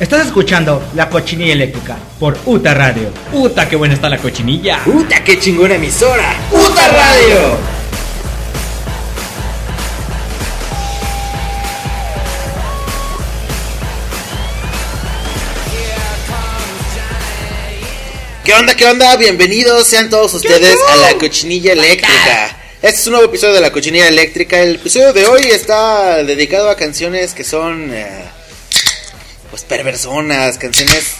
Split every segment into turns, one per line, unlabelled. Estás escuchando La Cochinilla Eléctrica por UTA Radio.
¡Puta, qué buena está la cochinilla!
¡Puta, qué chingona emisora!
¡Puta Radio!
¿Qué onda, qué onda? Bienvenidos sean todos ustedes a La Cochinilla Eléctrica. Este es un nuevo episodio de La Cochinilla Eléctrica. El episodio de hoy está dedicado a canciones que son... eh, pues perversonas, canciones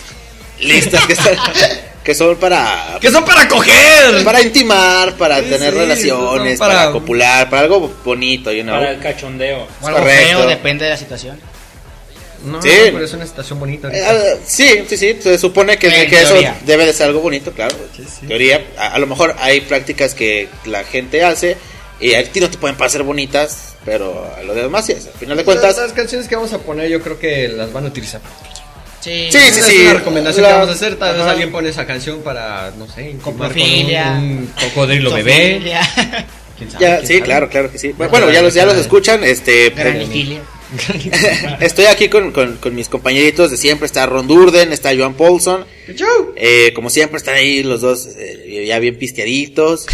listas que, están- que son para...
¡Que son para coger!
Para intimar, para
Sí,
tener
sí,
relaciones,
son
para...
para-
copular, para algo bonito, you know.
Para el cachondeo.
Es correcto.
depende de la situación.
No,
Sí.
pero es una estación bonita.
Eh, ah, sí, sí, sí, se supone que,
En
que eso
teoría.
debe de ser algo bonito, claro. Teoría, a, a lo mejor hay prácticas que la gente hace y a ti no te pueden parecer bonitas, pero a lo demás sí es. Al final de cuentas,
Las canciones que vamos a poner yo creo que las van a utilizar.
Sí.
Sí, sí,
es
sí.
una recomendación
La-
que vamos a hacer. Tal vez
Ajá.
alguien pone esa canción para, no sé, intimar con
Coprofilia.
un, un cocodrilo bebé.
Zoofilia.
¿Quién sabe,
ya,
quién
sí,
sabe?
claro, claro que sí. Bueno,
Ajá,
bueno, ya los, ya los
ajá.
escuchan. Este,
Granitilia.
estoy aquí con, con- con mis compañeritos de siempre. Está Ron Durden, está Joan Paulson. Eh, como siempre, están ahí los dos eh, ya bien pisteaditos.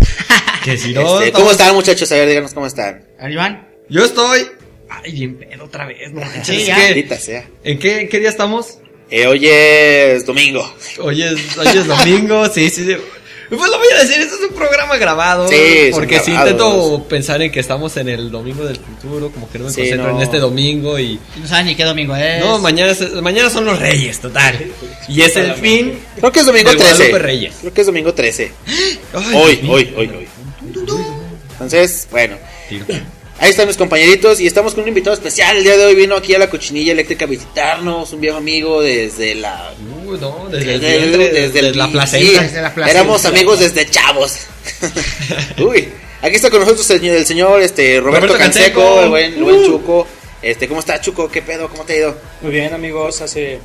Que si no,
Este,
estamos-
¿Cómo están, muchachos? A ver, díganos cómo están.
A ver, Iván.
Yo estoy. Ay, bien pedo otra vez. No manches,
Sí,
es
ya.
que-
Maldita sea.
¿En qué, en qué día estamos?
Eh, hoy es domingo.
Hoy es, hoy es domingo, sí, sí, sí. Pues lo voy a decir, esto es un programa grabado.
Sí, son
porque si
grabados.
intento pensar en que estamos en el domingo del futuro, como que no me
Sí,
concentro
no.
en este domingo y.
No saben ni qué domingo es.
No, mañana, es- mañana son los reyes, total. Y es el fin.
Creo que es domingo
De
13.
Guadalupe Reyes.
Creo que es domingo 13.
Ay,
Hoy,
Dios mío.
hoy, hoy, hoy. Entonces, bueno,
Tiro.
ahí están mis compañeritos y estamos con un invitado especial. El día de hoy vino aquí a la cochinilla eléctrica a visitarnos, un viejo amigo desde la...
Uh, no, desde, el
desde-
vientre,
desde
desde
el-
la
sí,
placenta.
desde la placenta.
Éramos amigos desde chavos. Uy, aquí está con nosotros el, el señor este, Roberto,
Roberto
Canseco,
Canseco. Uh.
el buen, el buen Chuco. Este, ¿Cómo está Chuco? ¿Qué pedo? ¿Cómo te ha ido?
Muy bien, amigos. Hace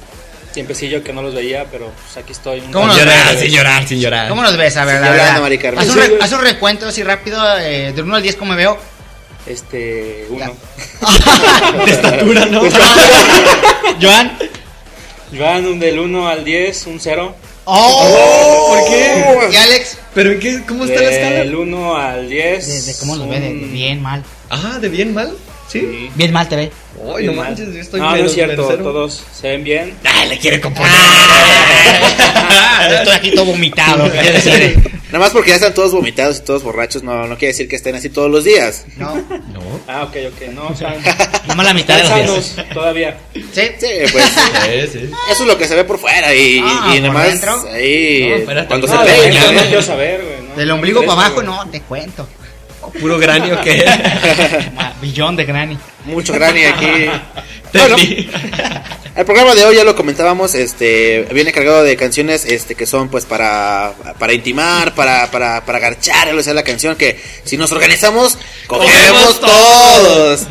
tiempecillo que no los veía, pero pues aquí estoy.
¿Cómo
Sin
nos
llorar,
ves?
sin llorar, sin llorar.
¿Cómo nos ves? A ver,
Sí,
la
hablando,
verdad.
Mari Carmen.
Haz un,
Sí,
re-
güey.
haz un recuento así rápido eh, del 1 al 10, ¿cómo me veo?
Este, uno.
De estatura, ¿no?
Joan.
Joan, un del 1 al 10, un 0.
Oh,
¿Por qué?
¿Y Alex?
¿Pero en qué? ¿Cómo está la
Del
escala?
1 al 10.
De, de ¿Cómo nos ve? De, de
un-
bien, mal.
Ah, ¿de bien mal? Sí.
Sí.
Bien, mal te ve.
Ay, no
Bien mal.
manches, yo estoy
No, no
menos
es cierto.
tercero.
Todos se ven bien.
Ah, le quiere componer.
Ah.
Yo estoy aquí todo vomitado. ¿qué decir?
Nada más porque ya están todos vomitados y todos borrachos, no, no quiere decir que estén así todos los días.
No,
No.
Ah, ok, ok. No, están,
nomás la mitad de
están
los
sanos
días.
todavía.
Sí.
Sí, pues...
Sí, sí.
Eso es lo que se ve por fuera y,
Ah,
y,
¿por
nada más
dentro?
ahí
No, espérate.
cuando
No,
se
de-
pega. ¿eh?
yo no
¿no?
quiero saber, güey. no.
Del ombligo para
Esto,
abajo,
güey.
no, te cuento.
Puro granio que.
Ah, Billón de granny.
Mucho granny aquí. Bueno,
Teli.
el programa de hoy ya lo comentábamos, este viene cargado de canciones este que son pues para para intimar, para para para garchar, o sea, la canción que si nos organizamos cogemos
Cogemos
todos.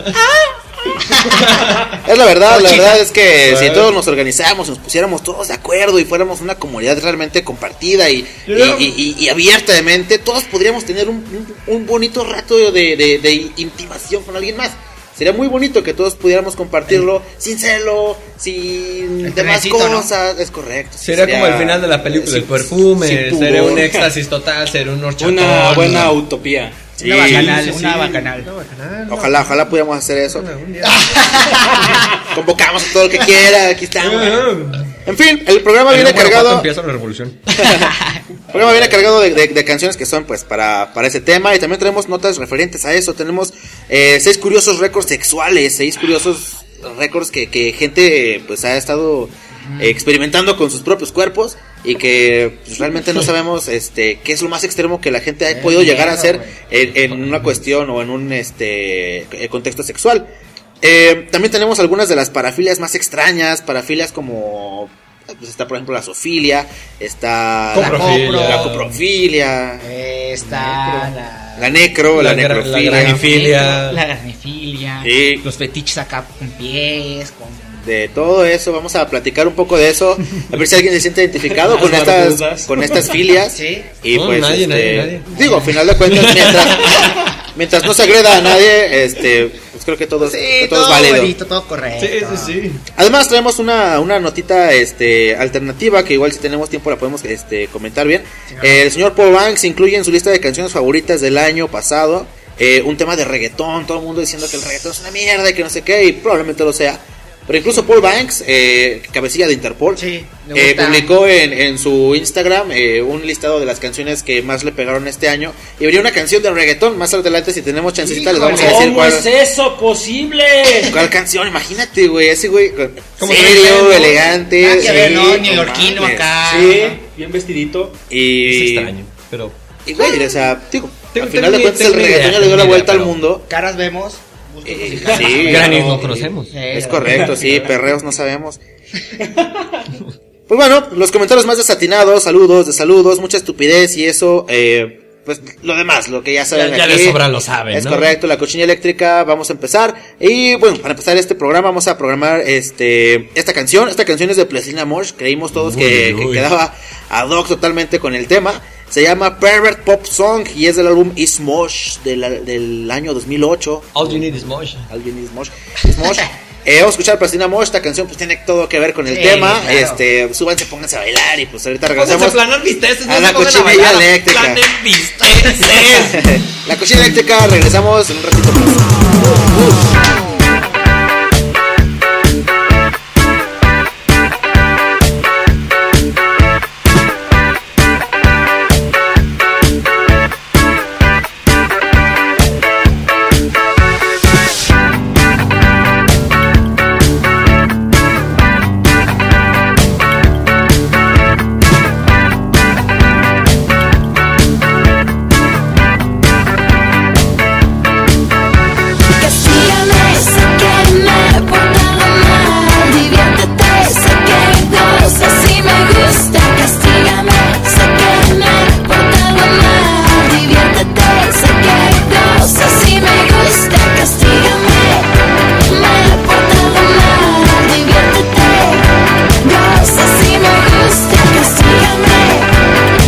Es la verdad, la
Cochina.
verdad es que si
Bueno.
todos nos organizamos, nos pusiéramos todos de acuerdo y fuéramos una comunidad realmente compartida y, y, y- y- y abierta de mente, todos podríamos tener un, un- un bonito rato de, de- de intimación con alguien más. Sería muy bonito que todos pudiéramos compartirlo
Eh.
sin celo, sin
El
demás
trenecito, ¿no?
cosas. Es correcto. sí,
Sería como el final de la película,
sin-
el perfume,
sin pudor.
sería un éxtasis total, sería un horchatón.
Una buena utopía.
Sí.
Una bacanal,
sí, sí.
una bacanal.
Ojalá, ojalá pudiéramos hacer eso.
Un día.
Convocamos a todo el que quiera, aquí estamos.
Ah,
En fin, el programa
en
viene
Guanajuato
cargado.
Empieza la revolución.
El programa viene cargado de, de- de canciones que son pues para, para ese tema y también tenemos notas referentes a eso. Tenemos eh, seis curiosos récords sexuales, seis curiosos récords que, que gente pues ha estado eh, experimentando con sus propios cuerpos y que pues, realmente no sabemos este qué es lo más extremo que la gente ha
Es
podido llegar a
miedo,
hacer
güey.
en, en una cuestión o en un este eh, contexto sexual. Eh, también tenemos algunas de las parafilias más extrañas, parafilias como pues está por ejemplo la sofilia, está la
Coprofilia.
copro, la coprofilia,
Está la.
la necro, la,
La gra-
necrofilia,
la granifilia.
La granifilia.
Sí.
Los fetiches acá con pies, con
de todo eso. Vamos a platicar un poco de eso. A ver si alguien se siente identificado con
Las
estas,
barbudas.
con estas filias.
Sí.
Y
No,
pues,
nadie,
este,
nadie, nadie.
digo, al final de cuentas, mientras, mientras no se agreda a nadie, este, pues creo que todo,
Sí,
que
todo,
todo es válido.
bonito, todo correcto.
Sí, sí, sí.
Además traemos una, una notita este alternativa que igual si tenemos tiempo la podemos este comentar bien. Eh, el señor Paul Banks incluye en su lista de canciones favoritas del año pasado eh, un tema de reggaetón, todo el mundo diciendo que el reggaetón es una mierda y que no sé qué, y probablemente lo sea. Pero incluso Paul Banks, eh, cabecilla de Interpol,
Sí, me
eh,
gusta.
publicó en, en su Instagram eh, un listado de las canciones que más le pegaron este año. Y habría una canción de reggaetón más adelante, si tenemos chancecita les vamos a decir
¿Cómo
cuál.
es eso posible?
¿Cuál canción? Imagínate, güey, ese güey. con-
Como
Serio,
tremendo.
elegante.
Nada que ver, ¿no?
sí,
Neoyorquino
mames.
acá.
Sí, bien vestidito.
Y.
Es extraño, pero.
Y, güey, o sea, digo,
Tengo-
al final
tengo
de cuentas
idea,
el
tengo
reggaetón
idea,
ya le dio la
tengo idea,
vuelta al
pero-
mundo.
Caras vemos. gustos
Eh,
musicales.
sí,
Granis
no,
no conocemos.
Sí,
Es
la
correcto,
verdad.
sí, perreos no sabemos. Pues bueno, los comentarios más desatinados, saludos, de saludos, mucha estupidez y eso, eh, pues lo demás, lo que ya saben.
Ya- ya
aquí.
les sobra, lo saben,
Es
¿no?
correcto, la cochinilla eléctrica, vamos a empezar. Y bueno, para empezar este programa vamos a programar este esta canción. Esta canción es de Pleslina Mosh, creímos todos
Uy,
que, que
uy.
quedaba ad hoc totalmente con el tema. Se llama Pervert Pop Song y es del álbum Is Mosh del, del año 2008.
All you need is motion.
Alguien es Mosh. Es Mosh. Eh, vamos a escuchar Plastina Mosh. Esta canción pues tiene todo que ver con el
Sí,
tema.
claro.
Este, súbanse, pónganse a bailar y pues ahorita
Vamos a
regresamos.
planar mis testes.
a la cochinilla eléctrica.
Planen mis testes.
La cochina eléctrica, regresamos en un ratito más.
Castígame, sé que me he portado mal Diviértete, sé que gozas y me gusta Castígame, sé que me he portado mal Diviértete, sé que gozas y me gusta Castígame, me he portado mal Diviértete, gozas y me gusta Castígame,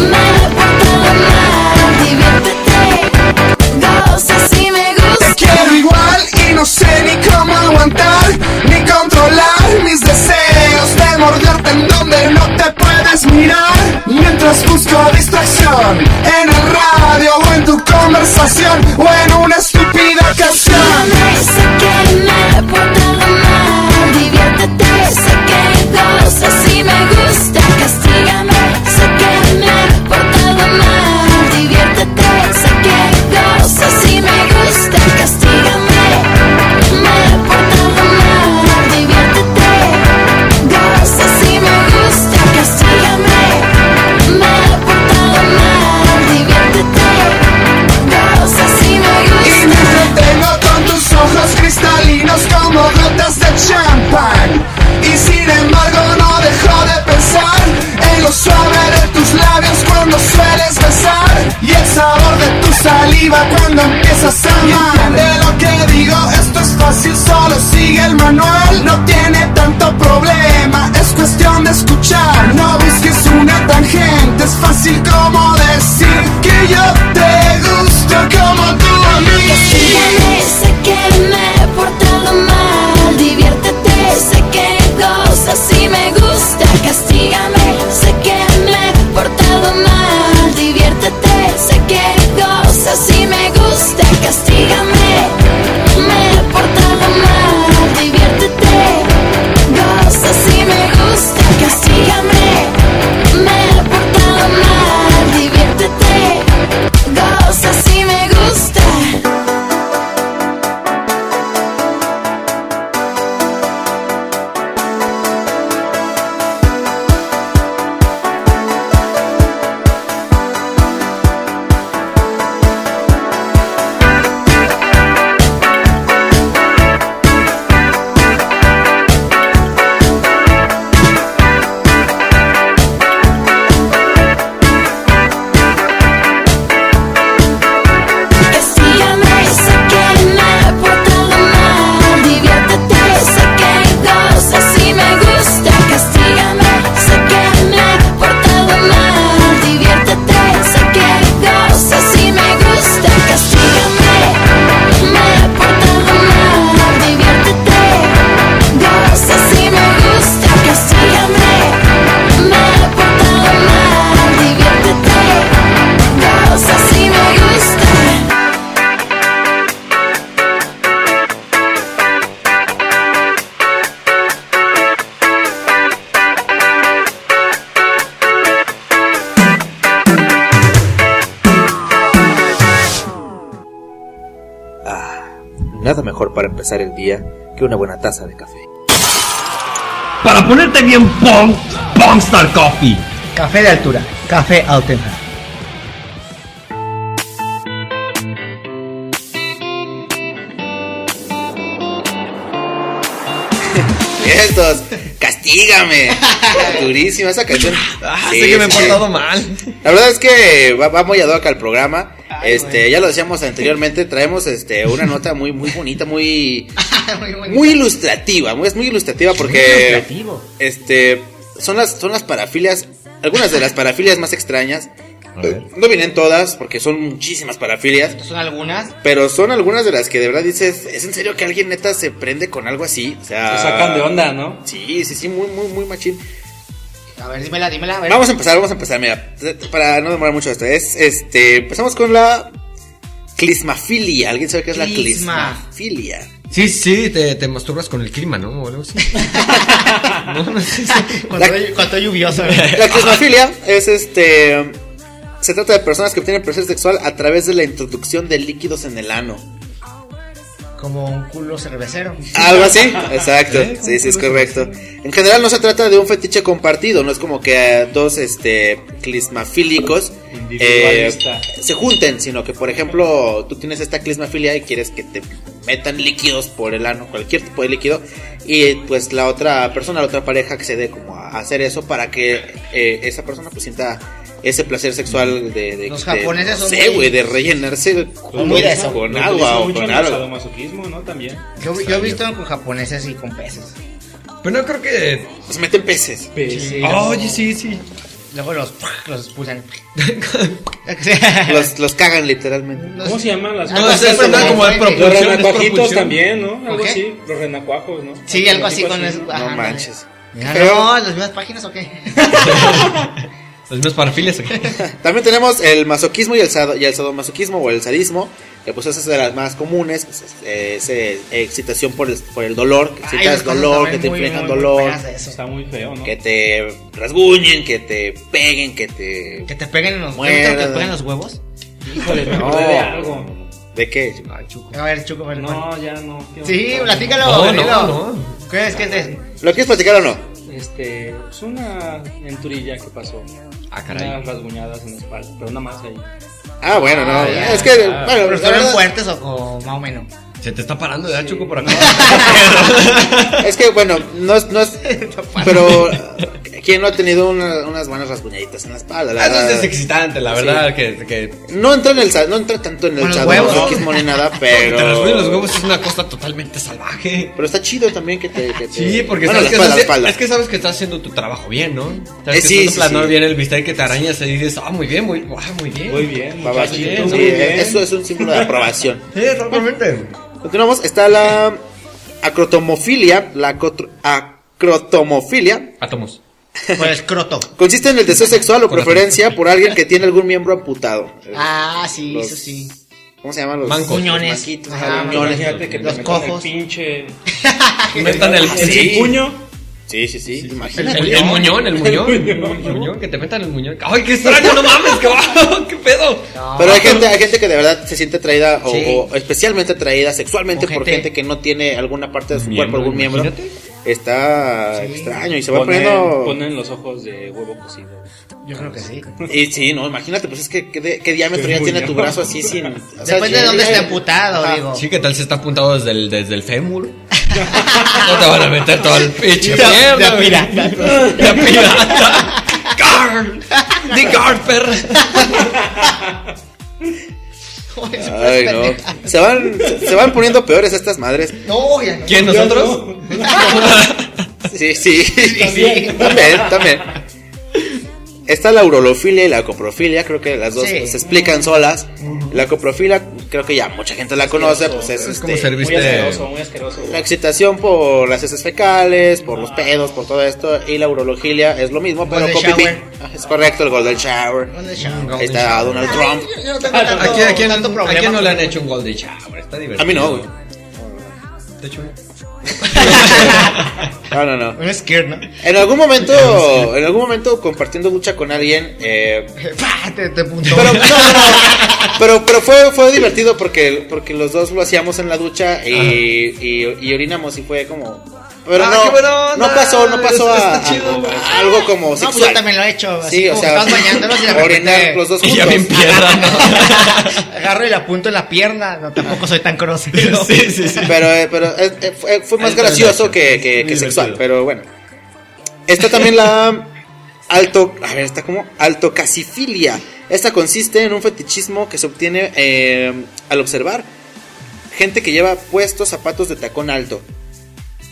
me he portado mal Diviértete, gozas y me gusta
Quiero igual y no sé ni cómo aguantar Ni controlar mis deseos de morderte en donde no te puedes mirar Mientras busco distracción En el radio o en tu conversación O en una estúpida canción
Castígame, sé que me he portado mal Diviértete, sé que gozas y me gusta Castígame, sé que me he portado mal Diviértete, sé que gozas y me gusta Castígame, me he portado mal Diviértete, gozas y me gusta Castígame, me he portado mal Diviértete, gozas y me gusta
nada mejor para empezar el día que una buena taza de café.
Para ponerte bien punk, Punkstar Coffee.
Café de altura, café Altenheim.
Estos, castígame. Durísima esa canción.
Ah,
Sí,
sé que me he
sí.
portado mal.
La verdad es que va, va muy ad hoc al programa. este, ya lo decíamos anteriormente, traemos este una nota muy muy bonita, muy muy ilustrativa, muy, es muy ilustrativa porque
Creativo.
este son las son las parafilias, algunas de las parafilias más extrañas. No vienen todas porque son muchísimas parafilias,
Son algunas.
pero son algunas de las que de verdad dices, ¿es en serio que alguien neta se prende con algo así? O sea,
Se sacan de onda, ¿no?
Sí, sí, sí, muy muy muy machín.
A ver, dímela, dímela. A ver.
Vamos a empezar, vamos a empezar, mira, para no demorar mucho esto, es, este, empezamos con la clismafilia, ¿alguien sabe qué es la
Clisma.
clismafilia?
Sí, sí, te, te masturbas con el clima, ¿no? O algo así. no, no sé.
Cuando estoy- cuando estoy lluvioso. güey.
La clismafilia es, este, se trata de personas que obtienen placer sexual a través de la introducción de líquidos en el ano.
Como un culo cervecero.
Algo así, exacto, sí, sí, es correcto. En general no se trata de un fetiche compartido, no es como que eh, dos, este, clismafílicos eh,
Individualista.
se junten, sino que, por ejemplo, tú tienes esta clismafilia y quieres que te metan líquidos por el ano, cualquier tipo de líquido, y pues la otra persona, la otra pareja que se dé como a hacer eso para que eh, esa persona pues sienta ese placer sexual de... de
Los
de-
japoneses
no
son
sé,
muy-
güey, de rellenarse el culo
muy de eso.
con
Lo utilizan
agua o
mucho
con
en el
algo.
sadomasoquismo, ¿no? También.
Yo, yo he visto con japoneses y con peces.
Pero no creo que.
Pues meten peces.
Sí.
Oye, sí, sí.
Luego los, los expulsan.
Los, los cagan literalmente.
Los-
¿Cómo se llaman las
Algo
No, o sea,
así
eso no
como-
como de
Los
propulsión. es
renacuajitos
propulsión.
también, ¿no? Algo
¿Por qué?
así. Los renacuajos, ¿no?
Sí, algo así con eso.
No
Ajá,
manches.
Mira,
Feo.
no, ¿las mismas páginas o qué?
Los mismos perfiles.
También tenemos el masoquismo y el, sado- y el sadomasoquismo o el sadismo, que pues esa es de las más comunes, pues, es, eh, es, eh, excitación por el, por el dolor,
Ay,
que
las
excitas
cosas
dolor,
también
que te
muy,
inflijan
muy, muy
dolor,
feas de
Eso
eso.
está muy feo, ¿no?
que te rasguñen, que te peguen, que te...
Que te peguen en los
Muerde.
huevos. Que te peguen en los huevos.
Híjole, me
No.
acordé de algo.
¿De qué?
Ah,
A ver, Chuco, a ver, ¿cuál?
No, ya no. ¿qué
Sí,
onda?
platícalo.
No, no,
dilo.
no.
¿Qué es que te.?
¿Lo quieres platicar o no?
Este, es una aventurilla que pasó.
Ah, caray.
Unas rasguñadas en la espalda, pero nada más ahí.
Ah, bueno, no,
ya,
es que...
ya.
bueno,
¿Pero
la
fueron
verdad-
fuertes o, o más o menos?
Se te está parando, ¿verdad, Chuco? Por acá.
Es que bueno, no es, no es pero ¿quién no ha tenido una- unas buenas rasguñaditas en la
Ah,
espalda? La
Eso es
verdad?
excitante, la verdad. Que, que
No entra en el sa- no entra tanto en
Con
el
los huevos, ¿no?
sadomasoquismo ni nada,
que te rasguñen los
pero
huevos es una cosa totalmente salvaje.
pero está chido también que te, que te-
Sí, porque
bueno,
sabes,
la
que estás,
espalda, la espalda.
es que sabes que estás haciendo tu trabajo bien, ¿no? Sabes
Eh,
que
sí,
estás
sí,
aplanando
sí.
bien el bistec que te arañas y dices, ah, muy bien, muy, ah, muy bien.
Muy bien,
Va
muchachito,
bajito,
muy
sí, eh,
bien.
eso es un símbolo de aprobación.
Sí, realmente.
Continuamos, está la acrotomofilia, la acotro- acrotomofilia
Átomos.
Por escroto.
consiste en el deseo sexual o
Con la-
preferencia por alguien que tiene algún miembro amputado.
Ah, sí,
Los-
eso sí.
¿Cómo se llaman los
Mancos.
Muñones.
los manquitos,
Ajá,
ajá,
muñones.
muñones.
Imagínate que te
Los
metan
cojos.
el pinche.
Ah,
Metan el,
el
sí.
puño.
Sí, sí, sí, imagínate.
El, el muñón, el muñón, el muñón, que te metan el muñón. Ay, qué extraño, no mames, qué bajo, qué pedo.
No.
Pero hay gente, hay gente que de verdad se siente atraída o,
Ah, Sí.
o especialmente atraída sexualmente
O
por
gente-
gente que no tiene alguna parte de su
Miembro,
cuerpo, algún miembro.
imagínate.
Está
Sí.
extraño y se va
Ponen,
poniendo...
ponen los ojos de huevo cocido.
Yo creo que sí.
Y sí, no, imagínate, pues es que qué, de- qué diámetro
Qué
ya tiene tu
puño.
brazo así sin... o sea,
Depende de
sí,
dónde
eh,
esté amputado,
ajá.
digo.
Sí, ¿qué tal si está apuntado desde el, desde el fémur? No te van a meter todo el pinche mierda.
la
güey.
pirata.
La pirata. Carl. Di Carl, perra.
Ay, no. Se van, se van poniendo peores estas madres.
No, ya no.
¿Quién, nosotros?
Sí, sí.
sí.
también, también. Está la urolofilia y la coprofilia, creo que las dos
Sí.
se explican solas. La coprofilia, creo que ya mucha gente la conoce, pues es,
Es como
este,
Muy
serviste.
asqueroso, muy asqueroso.
la excitación por las heces fecales, por los pedos, por todo esto. Y la urolofilia es lo mismo, pero
Golden
con pipí.
shower.
Ah, Es correcto, el golden shower.
¿Dónde está?
Golden
Ahí está Donald Trump.
Yo- Yo no tengo tanto,
¿A quién, a quién-
tanto
a
problema.
quién no le han hecho un gol de shower? Está divertido.
A mí no, güey.
De hecho,
No, no, no.
Un skirt, ¿no?
En algún momento, en algún momento compartiendo ducha con alguien, eh,
¡Pah! Te, te puntó.
pero, no, no, no. pero, pero fue, fue divertido porque, porque los dos lo hacíamos en la ducha y, y, y orinamos y fue como... Pero
Ah, qué buena
no,
onda.
no pasó, no pasó
Está
a, a-
chido,
a-
güey.
algo como
No, pues yo
sexual.
también lo he hecho. Así
sí, o
como
sea,
que estás bañándolos y de repente
orinar los dos
Y ya
juntos.
bien piedra, ¿no?
agarro y le apunto en la pierna. No, tampoco soy tan grosero.
sí, sí, sí.
Pero, eh, pero eh, eh, fue, fue más
Alto
gracioso
relajo.
que, que- que
Divertido.
sexual, pero bueno. Está también la alto, a ver, está como altocasifilia. Esta consiste en un fetichismo que se obtiene eh, al observar gente que lleva puestos zapatos de tacón alto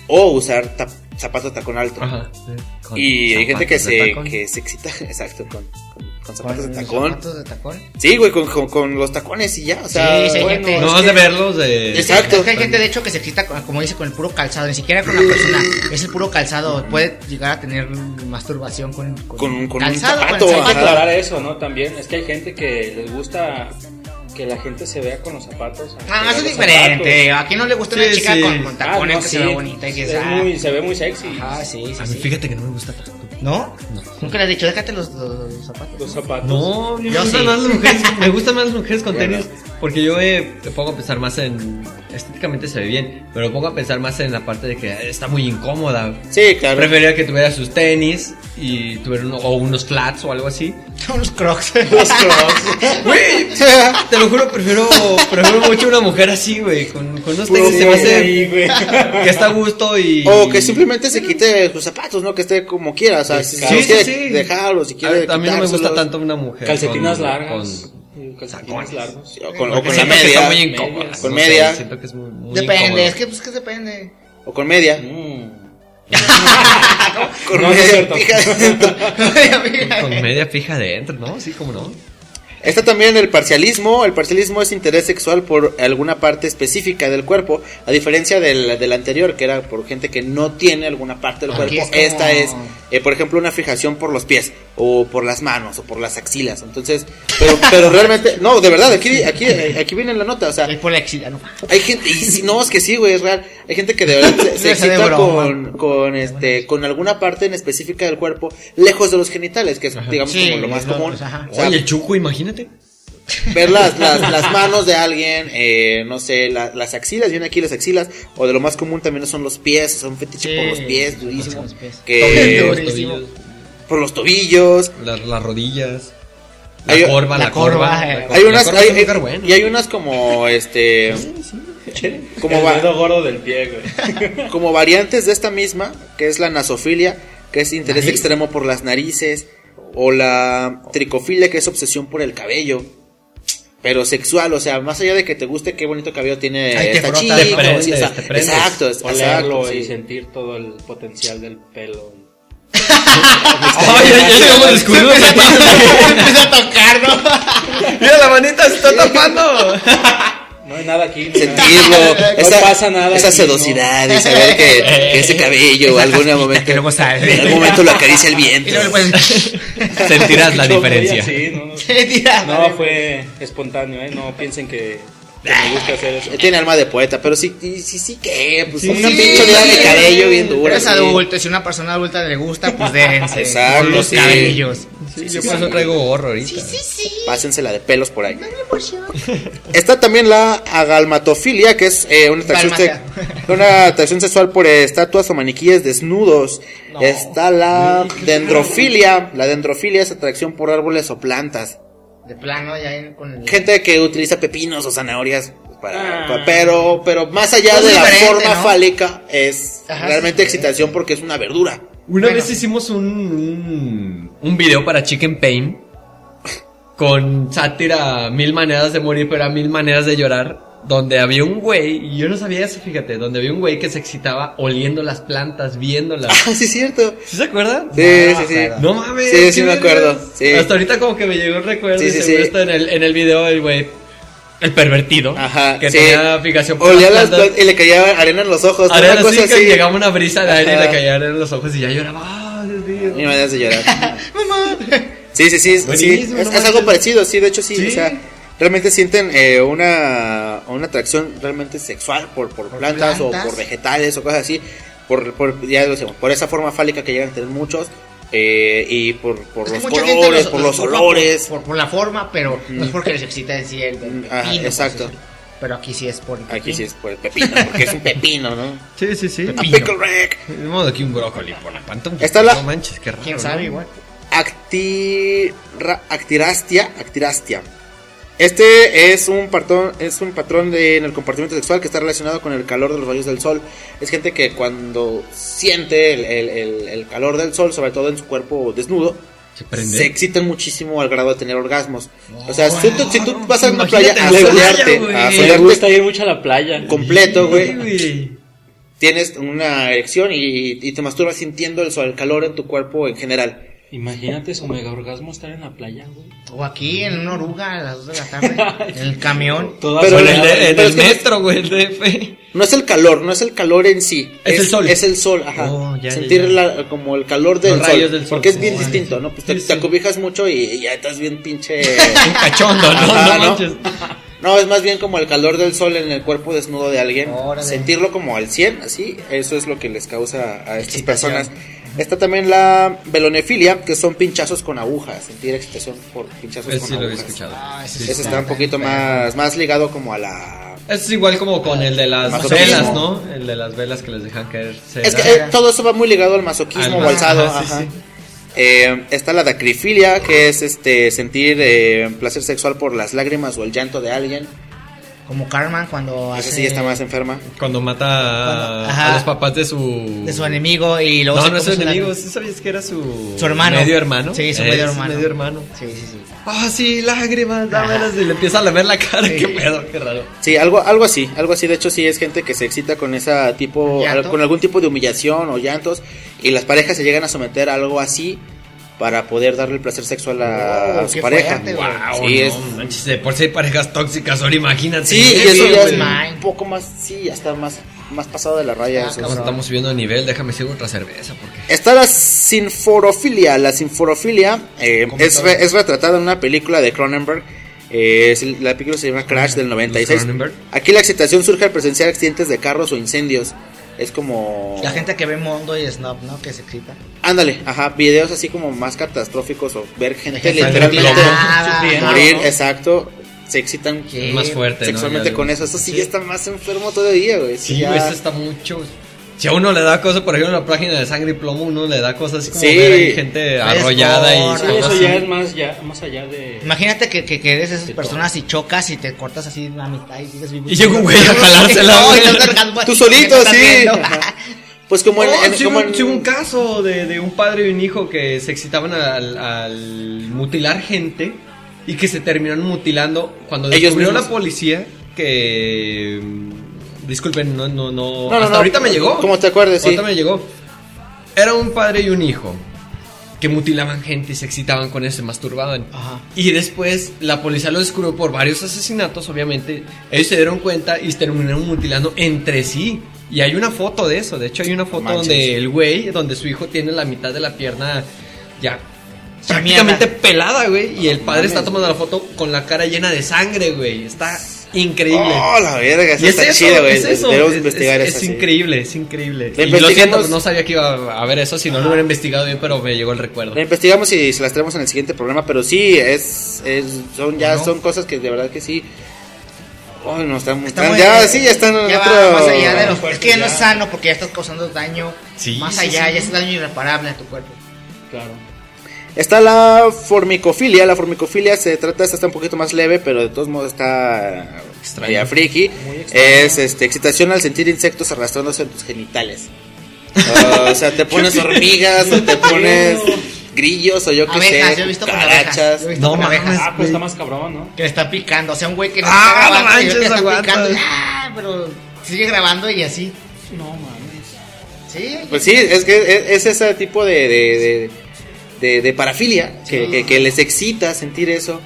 o usar ta- zapatos de tacón alto.
Ajá, sí. eh, Con
Y hay gente que
zapatos de
se,
tacón.
que se excita, exacto, con, con- con zapatos
Con
de tacón.
zapatos de tacón.
Sí, güey, con, con- con los tacones y ya, o sea,
Sí, sí, hay
bueno,
gente-
No
es
vas
que-
de verlos de.
Exacto.
Es que hay gente de hecho que se excita, con- como dice, con el puro calzado, ni siquiera con la persona. Es el puro calzado. Puede llegar a tener masturbación con,
Con- con un
calzado,
zapato,
con el
Hay que
ajá.
aclarar eso, ¿no? También es que hay gente que les gusta que la gente se vea con los zapatos. aunque
Ah, eso es
los
diferente. ¿A quién no le gusta una
Sí,
chica
sí.
con, con
zapatos- Ah,
tacones
no,
que
sí,
se ve bonita y que
es
ah,
muy- se ve muy sexy.
Ah, sí, sí,
A mí,
sí.
fíjate que no me gusta tanto.
¿No? Nunca le has dicho, déjate los, los- los zapatos.
Los zapatos.
No,
Pues,
me
Yo
gustan
sí.
más las mujeres. Me gustan más las mujeres con tenis. Porque yo eh, me pongo a pensar más en. Estéticamente se ve bien, pero me pongo a pensar más en la parte de que está muy incómoda.
Sí, claro.
Preferiría que tuviera sus tenis y tuviera uno, o unos flats o algo así.
Unos crocs.
Los crocs.
Güey, te lo juro, prefiero, prefiero mucho una mujer así, güey. Con, con unos tenis se me hace que está a gusto y.
Pues, O que simplemente se quite sus zapatos, ¿no? Que esté como quiera, o sea, si
Sí,
los
sí,
quiere
sí.
dejarlos, si
A
quiere
ver, a mí no me gusta
quitárselos,
tanto una mujer.
Calcetinas
con-
largas.
con-
Calcetines
tacones.
largos.
O con, o con la
Siento que está
media.
muy incómoda.
Con
No
media.
sé, siento que es muy, muy
Depende,
incómoda.
es que, pues, que depende.
O con media.
Mm.
Con
No, no es
media.
cierto.
fija.
Con media fija adentro, ¿no? Sí, como no.
Está también el parcialismo. El parcialismo es interés sexual por alguna parte específica del cuerpo, a diferencia del, del anterior, que era por gente que no tiene alguna parte del
Aquí
cuerpo.
es como-
Esta es, eh, por ejemplo, una fijación por los pies, o por las manos, o por las axilas. Entonces, pero, pero realmente, no, de verdad, aquí, aquí, aquí viene la nota, o sea,
Ahí por la axila, ¿no?
Hay gente, y si no, es que sí, güey, es real. Hay gente que de verdad se, se
Esa de
excita
broma.
con, con, este, con alguna parte en específica del cuerpo, lejos de los genitales, que es, digamos,
Sí,
como lo más
los-
común.
ajá.
O sea,
Oye, el chuco, imagínate.
ver las, las, las manos de alguien, eh, no sé, la- las axilas, vienen aquí las axilas, o de lo más común también son los pies, son fetiche
Sí,
por los pies,
los
durísimo.
pies.
Que,
Los
durísimo.
tobillos,
por los tobillos.
las, las rodillas. La
Hay-
corva, la,
la corva,
corva.
eh.
la corva.
Hay
La
unas,
corva
hay-
es un lugar bueno.
y hay unas como, este, como
el
va.
dedo gordo del pie, güey.
como variantes de esta misma, que es la nasofilia, que es interés extremo por las narices, o la tricofilia, que es obsesión por el cabello. Pero sexual, o sea, más allá de que te guste qué bonito cabello tiene
Ay, te
esta
frotas,
chica.
te
o sea,
prendes,
esa-
te prendes.
Exacto, es-
Olerlo
exacto,
y
sí.
sentir todo el potencial del pelo.
Ay, ya llegamos descubrimos el tatuaje.
Empieza a tocar, ¿no?
Mira, la manita se está tapando.
No hay nada aquí.
Sentirlo,
No
esa,
pasa nada
esa
aquí,
sedosidad y saber que, que ese cabello
Esa
algún
casquita
momento,
que luego sale.
en algún momento lo acaricia el
Y
viento.
luego, pues,
Sentirás la
No,
diferencia.
Sí, no, no.
se tira.
No, fue
pues.
espontáneo, ¿eh? No piensen que, que me gusta hacer eso.
Tiene alma de poeta, pero sí, sí, sí, sí, ¿qué? Pues
Sí,
una
sí,
pinche
sí.
vida de cabello bien dura.
Pero es
sí.
adulto, y si una persona adulta le gusta, pues déjense.
Exacto,
con los
sí.
cabellos.
Sí, yo por eso traigo gorro ahorita.
Pásensela de pelos por ahí. Está también la agalmatofilia, que es eh, una, atracción
Dalmacia.
se- una atracción sexual por eh, estatuas o maniquíes desnudos. Está la dendrofilia. La dendrofilia es atracción por árboles o plantas.
De plano, ya en- con el.
Gente que utiliza pepinos o zanahorias. Para,
Ah.
pa- pero, pero más allá
Es
de la
Pues diferente,
forma
¿no?
fálica, es
Ajá,
realmente
sí,
excitación porque es una verdura.
Una
Bueno.
vez hicimos un, un, un video para Chicken Pain con sátira Mil maneras de morir, pero a mil maneras de llorar. Donde había un güey, y yo no sabía eso, fíjate, donde había un güey que se excitaba oliendo las plantas, viéndolas.
Ah, sí, es cierto.
¿Sí se
Ah,
acuerdan?
Sí, sí, sí.
No mames.
Sí, sí
qué
me
vergas.
acuerdo, sí.
Hasta ahorita como que me llegó un recuerdo
Sí,
y
sí,
seguro
sí.
está en el, en el video el güey, el pervertido,
Ajá,
que
sí.
tenía fijación por
Olía
las
las
plantas.
plantas y le caía arena en los ojos. ¿no?
Ahora
una cosa
sí que
así.
llegaba una brisa de aire y le
Ajá.
caían en los ojos y ya lloraba. Ah, Dios mío.
Ni maneras de llorar.
Pues
Sí, sí, sí, sí,
Buenísimo,
es,
no
es algo
manches.
parecido, sí, de hecho sí,
Sí.
o sea, realmente sienten eh, una, una atracción realmente sexual por, por plantas, o
plantas?
por vegetales o cosas así, por, por- ya lo decíamos, por esa forma fálica que llegan a tener muchos, eh, y por, por
Es que
los
mucha gente
colores, por los
culpa
olores.
Por, por- por la forma, pero no es porque les excita en sí el pepino.
Ajá,
por
exacto.
decirlo. Pero aquí sí es por el
Aquí
pepino.
sí es por el pepino, porque es un pepino, ¿no?
Sí, sí, sí.
A pickle Rick.
De modo que un brócoli por la pantón.
Está la-
No manches, qué raro.
¿Quién
¿no?
sabe igual?
Actira- actirastia, actirastia. Este es un patrón, es un patrón de- en el comportamiento sexual que está relacionado con el calor de los rayos del sol. Es gente que cuando siente el, el- el- el calor del sol, sobre todo en su cuerpo desnudo,
Se prende.
se excitan muchísimo al grado de tener orgasmos. o sea, si tú, si tú vas a una playa
imagínate
a
en la
solearte,
playa, güey.
a
Le
Me
solearte
gusta ir mucho a la playa.
completo,
Sí,
güey, tienes una erección y, y te masturbas sintiendo el, sol, el calor en tu cuerpo en general.
Imagínate su mega orgasmo estar en la playa, güey.
O aquí en una oruga a las 2 de la tarde, en el camión.
Toda
Pero
Pero en
soleada.
el, de- en
pero
el
es que-
metro, güey, el DF.
No es el calor, no es el calor en sí.
Es el sol.
Es el sol, ajá.
Oh, ya, ya,
Sentir
ya.
la- como el calor del
Los
sol,
rayos del sol.
Porque es bien
Oh,
distinto,
sí.
¿no? Pues
Sí,
te,
sí.
te acobijas mucho y, y ya estás bien pinche.
Un cachondo, ¿no? no
Ajá, ¿no?
manches.
no, es más bien como el calor del sol en el cuerpo desnudo de alguien.
Órale.
Sentirlo como al 100, así. Eso es lo que les causa a estas
Excitación.
personas. Está también la velonefilia, que son pinchazos con agujas. Sentir excitación por pinchazos
Ese
con
sí lo
agujas.
había escuchado.
Ah, ese
Eso está un poquito más, más ligado como a la
Eso es igual como con el de las
Más o
velas,
menos.
¿no? El de las velas que les dejan caer. cera.
Es que eh, todo eso va muy ligado al masoquismo
Al
o alzado.
masoquismo,
ajá.
sí,
Eh, está la dacrifilia, que es este sentir eh, placer sexual por las lágrimas o el llanto de alguien.
Como Carmen cuando hace
Esa sí ya está más enferma.
Cuando mata
Cuando-
a-
ajá.
a los papás de su...
de su enemigo y luego
No,
se
no es su
come
enemigo.
lagrim-
¿Sí sabías que era su...
Su hermano.
¿Medio hermano?
Sí, su
Eh,
medio
es
hermano.
medio hermano.
Sí, sí, sí.
Ah, sí, lágrimas, dámelas. Y le empieza a lamer la cara.
Sí.
Qué pedo, qué raro.
Sí, algo, algo así, algo así. De hecho, sí es gente que se excita con esa tipo,
¿Llanto?
al- con algún tipo de humillación o llantos, y las parejas se llegan a someter a algo así para poder darle el placer sexual a,
Oh,
a su
qué
pareja.
fuerte, güey.
Wow,
Sí,
no,
es-
manches, de por si hay parejas tóxicas, ahora imagínate.
Sí, y eso
sí,
ya
güey.
es
Mal.
un poco más, sí, ya está más, más pasado de la raya.
Ah,
eso.
Nos estamos subiendo de nivel, déjame seguir otra cerveza porque...
Está la sinforofilia. La sinforofilia eh, es, re- es retratada en una película de Cronenberg. Eh, es el- la película se llama Crash del 96.
Ah, Cronenberg.
Aquí la excitación surge al presenciar accidentes de carros o incendios. Es como...
La gente que ve Mondo y Snob, ¿no? Que se excita.
Ándale, ajá, videos así como más catastróficos o ver gente
Gente
literalmente
mutilada,
sufriendo,
morir,
¿no?
exacto. Se excitan
¿Qué?
Es más fuerte, ¿no?
sexualmente
Ya
con
lo-
eso. Eso sí, ya está más enfermo todavía, güey.
Sí,
ya-
güey, eso está mucho. Si a uno le da cosas, por ejemplo, en la página de sangre y plomo, uno le da cosas así como
Sí.
ver ahí gente arrollada y
por-
Sí,
cosas
eso
así.
ya es más, ya, más allá de.
Imagínate que, que, que eres de esas personas y chocas y te cortas así la mitad y sigues vivo.
Y llega un güey a jalársela,
No, y
güey.
estás cargando-
Tú solito,
estás
sí.
viendo.
Ajá. Pues como en...
Oh,
en-
sí,
como
un-
en-
sí, un caso de, de un padre y un hijo que se excitaban al, al mutilar gente y que se terminaron mutilando cuando
Ellos
descubrió
mismos.
la policía que... mm, Disculpen, no, no, no...
No, no,
hasta
no,
ahorita me llegó.
como te acuerdes, sí.
Ahorita me llegó. Era un padre y un hijo que mutilaban gente y se excitaban con eso, se masturbaban.
Ajá.
Y después la policía lo descubrió por varios asesinatos, obviamente. Ellos se dieron cuenta y se terminaron mutilando entre sí. Y hay una foto de eso. De hecho, hay una foto
Manches.
donde el güey, donde su hijo tiene la mitad de la pierna ya
Sí,
prácticamente
mierda.
pelada, güey. Y el padre
mames,
está tomando la foto con la cara llena de sangre, güey. Está increíble.
Oh, la verga, eso
Y es
está
eso,
chido, güey.
es eso.
Debemos
Es-
investigar
es-
eso.
es
sí.
increíble, es increíble.
La
Y lo siento, pues,
investiguemos.
no sabía que iba a haber eso, si no lo hubiera investigado bien, pero me llegó el recuerdo.
La investigamos y se las traemos en el siguiente programa, pero sí, es, es- son ya
Bueno.
son cosas que de verdad que sí. Ay, no, están muy-
Está
están-
muy-
ya, sí, ya están en
ya va
otro-
más allá de los.
Fuerte,
Es que ya no
ya.
es sano porque ya estás causando daño.
Sí,
más
sí,
allá,
sí.
ya es daño irreparable a tu cuerpo.
Claro.
Está la formicofilia, la formicofilia se trata, esta está un poquito más leve, pero de todos modos está
Extraño.
media friki. Es este excitación al sentir insectos arrastrándose en tus genitales. o sea, te pones hormigas, o te pones grillos, o yo qué
Abejas, yo he
sé,
visto con abejas.
carachas.
Yo he visto
No
con
mames.
abejas.
Ah, pero está más cabrón, ¿no?
Que le está picando, o sea, un güey que no
Ah,
está
no
grabando,
manches,
que le está
aguanta.
picando, ah, pero sigue grabando y así.
No mames.
Sí,
Pues sí, es que es, es ese tipo de, de, de, de- de parafilia que,
Sí.
que- que les excita sentir eso.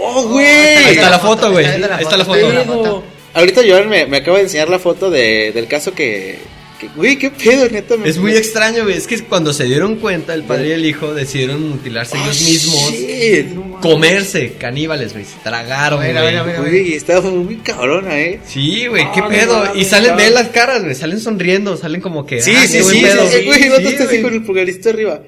¡Oh,
Ahí
güey!
está la foto, güey. Ahí está la
estoy viendo
foto.
la foto.
Ahorita Joan me, me acaba de enseñar la foto de- del caso que, que- Güey, qué pedo, neta. me-
Es muy extraño, güey. Es que cuando se dieron cuenta, el padre y el hijo decidieron mutilarse
Oh,
ellos mismos.
shit.
No mames.
comerse caníbales, güey. Se tragaron,
A
güey.
ver, a ver, a ver.
Uy, está muy cabrona, eh.
Sí, güey, qué
Ah,
pedo.
no mames,
y salen,
ya.
ven las caras, güey. Salen sonriendo, salen como que.
Sí,
ah,
sí,
qué buen
sí,
pedo.
sí, sí, güey, el otro
Sí,
está así
güey.
con el pulgarcito arriba.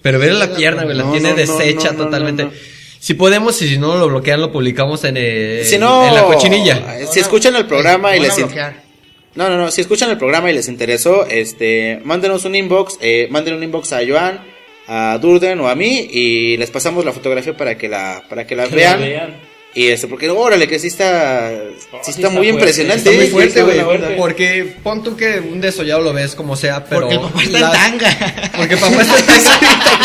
Pero ver la pierna, güey, la
No,
tiene
no, no,
deshecha
no, no,
totalmente.
no, no.
Si podemos, y si no lo bloquean, lo publicamos en, eh,
Si no,
en la cochinilla.
Si escuchan el programa y
Van a
les in-
bloquear.
No, no, no, si escuchan el programa y les interesó, este, mándenos un inbox, eh, manden un inbox a Joan, a Durden o a mí y les pasamos la fotografía para que la para que la vean. Y este, porque órale, que sí está, sí
sí
está
está fuerte,
muy impresionante.
está
Está muy
sí,
fuerte,
está
güey.
buena onda.
Porque pon tú que un desollado lo ves como sea, pero.
Porque el papá está
la-
en tanga.
Porque el papá está en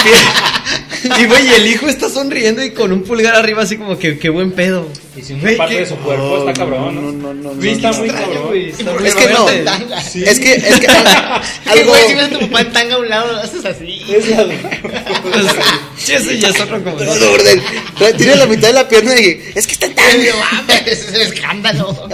tanga. Y güey, el hijo está sonriendo y con un pulgar arriba, así como que qué buen pedo.
Y si
Güey,
una parte
qué-
de su cuerpo está cabrón.
No,
No,
no, no, no,
Sí, está
no,
muy
no.
cabrón.
muy
Es que no.
fuerte.
Es que es que
Algo.
algo
Güey, si ves a tu papá en tanga a un lado, lo haces así.
Entonces, sí, eso ya es otro como.
No, Durden, trae- tiene la mitad de la pierna y es que está en tanga.
No mames, es un escándalo.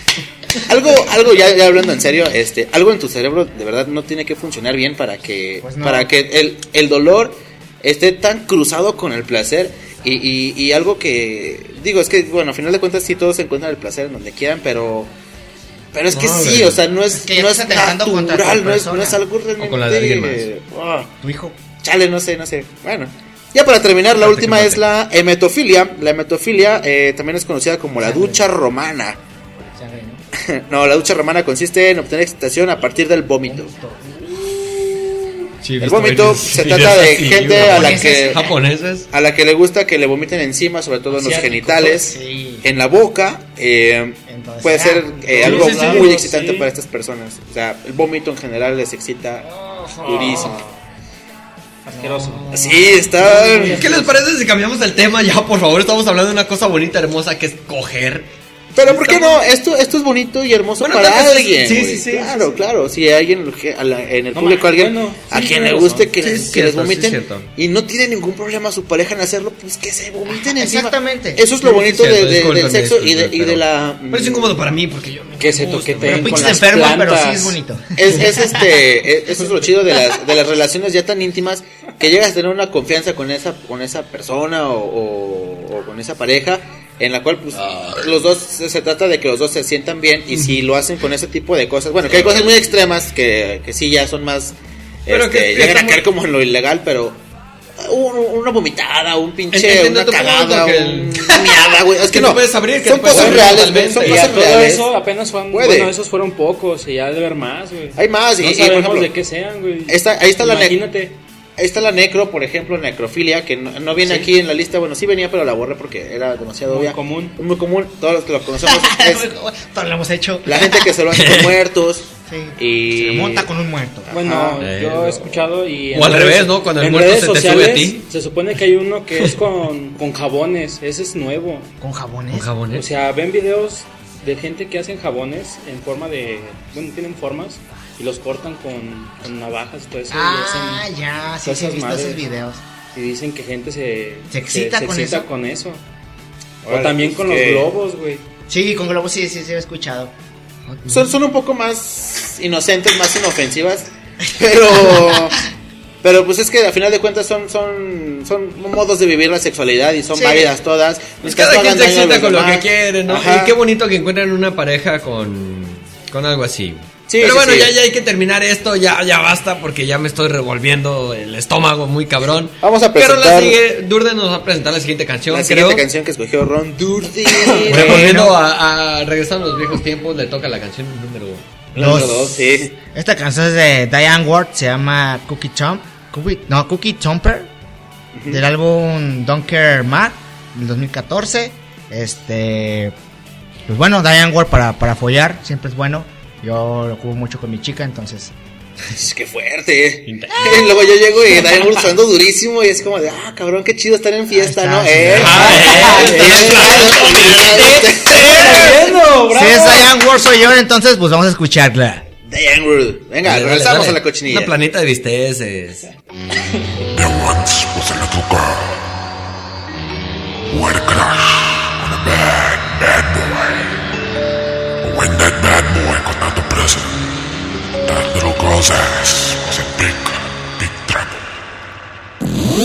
algo, algo ya, ya hablando en serio, este, algo en tu cerebro de verdad no tiene que funcionar bien para que,
Pues no.
para que el, el dolor esté tan cruzado con el placer. Y, y, y algo que digo es que bueno, al final de cuentas sí todos encuentran el placer en donde quieran, pero pero es que
No,
sí,
güey.
o sea, no es,
Es que ya
no es
estás atentando contra tu
natural, no es,
persona.
no es algo
O con la de alguien más.
realmente. ah,
Tu hijo.
Chale, no sé, no sé. Bueno. Ya para terminar, la
Parte
última
que
es la hemetofilia. La hemetofilia eh, también es conocida como la ducha romana.
Sangre, ¿no?
No, la ducha romana consiste en obtener excitación a partir del vómito.
Sí,
El
visto
vómito
varios
se
videos
trata de
así,
gente a la
japoneses,
que
japoneses.
a la que le gusta que le vomiten encima, sobre todo en los
Asiáticos,
genitales,
sí.
en la boca. eh,
Entonces,
puede
ah,
ser eh,
sí,
algo
sí, sí,
muy
sí.
excitante
Sí.
para estas personas. O sea, el vómito en general les excita durísimo.
Asqueroso.
Sí, está.
¿Qué les parece si cambiamos el tema ya, por favor? Estamos hablando de una cosa bonita, hermosa, que es coger.
Pero ¿por qué no? Esto, esto es bonito y hermoso
Bueno,
para
tal vez-
alguien.
sí, sí,
güey.
sí,
Claro,
sí.
claro. Si hay alguien que- a la- en el
No,
público,
ma-
alguien
bueno,
a
sí,
quien le
tienes
guste
razón.
que,
Sí,
les-
es
que
cierto,
les
sí, es
vomiten
cierto.
y no tiene ningún problema su pareja en hacerlo, pues que se vomiten encima.
Exactamente.
Eso es lo
Ah, Sí,
bonito
es cierto,
de- de-
disculpen,
del sexo y de,
disculpen,
y de
pero-
la.
Pero es incómodo para mí porque yo me
Que se
gusta,
toqueteen
Pero
con
pinches
las
enfermos, pero
plantas.
sí es bonito.
Es, es este, es- eso es lo chido de las, de las relaciones ya tan íntimas que llegas a tener una confianza con esa, con esa persona o, o- o con esa pareja en la cual pues, los dos se, se trata de que los dos se sientan bien y si lo hacen con ese tipo de cosas, bueno, que hay cosas muy extremas que, que sí ya son más,
Pero
este,
que
llegan a
estamos-
caer como en lo ilegal, pero un- una vomitada, un pinche,
Entiendo
una
tu punto,
cagada,
que
un-
el-
una miada, güey, es que
que
no,
no puedes abrir, que
son
no puedes
cosas
abrir
reales, güey,
totalmente.
son
Y
cosas
a todo
reales.
eso apenas fueron.
Puede.
Bueno, esos fueron pocos. Y ya debe haber más, güey.
Hay más, y-
No
y, por
sabemos
ejemplo,
de qué sean, güey.
esta- ahí está la ne-
Imagínate.
Ahí está la necro, por ejemplo, necrofilia, que no, no viene aquí en la lista. Bueno, sí venía, pero la borré porque era demasiado
Muy
obvia.
común.
Muy común, todos los que lo conocemos. es
Todo lo hemos hecho.
la gente que se lo hace con muertos.
Sí.
Y...
Se monta con un muerto.
Bueno,
Eh,
yo
no.
he escuchado y...
O al revés, ¿no? Cuando el
en
muerto
redes
se te sube a
sociales,
ti.
Se supone que hay uno que es con, con jabones, ese es nuevo.
Con jabones.
Con
O
jabones.
sea, ven videos de gente que hacen jabones en forma de... Bueno, tienen formas y los cortan con, con navajas y todo eso. y
Ah,
hacen-
ya, sí,
esas
sí, he visto
madres.
esos videos.
Y dicen que gente se...
¿Se excita con
excita
eso?
con eso.
Órale,
o también
pues
con
que-
los globos, güey.
Sí, con globos sí, sí, sí, he escuchado.
Son, son un poco más inocentes, más inofensivas. Pero. Pero pues es que al final de cuentas son, son, son modos de vivir la sexualidad y son
Sí.
válidas todas.
Pues
Mientras no
cada quien
hagan
se
daño
excita
a los
con lo que
demás.
quiere, ¿no?
Ajá.
Y qué bonito que encuentren una pareja con, con algo así.
Sí,
Pero
sí,
bueno,
sí.
ya, ya hay que terminar esto, ya, ya basta, porque ya me estoy revolviendo el estómago muy cabrón.
Vamos a
Pero la
presentar-
sigue, Durden nos va a presentar la siguiente canción,
La
creo.
siguiente canción que escogió Ron Durden.
Revolviendo a, a- regresando a los viejos tiempos, le toca la canción número uno.
Número dos, sí.
Esta canción es de Diane Ward, se llama Cookie Chomp. Cookie, no, Cookie Chomper. Del álbum Dunker Mad del 2014. Este. Pues bueno, Diane Ward para, para follar, siempre es bueno. Yo lo cubo mucho con mi chica, entonces.
Es que fuerte. Y luego yo llego y Diane Wolf sonando durísimo y es como de, ah, cabrón, qué chido estar en fiesta,
Ahí
¿no?
está,
Eh,
sí.
ah, eh, eh, eh,
Si es Diane Ward, soy yo, entonces pues vamos a escucharla.
Diane Wolf. Venga,
Dale, dale,
regresamos
dale.
a la cochinilla.
Una planeta de bisteces.
Diamantes en la boca. What a crush on a bad, bad boy. When that bad boy got out of prison, that little girl's ass was in big, big trouble.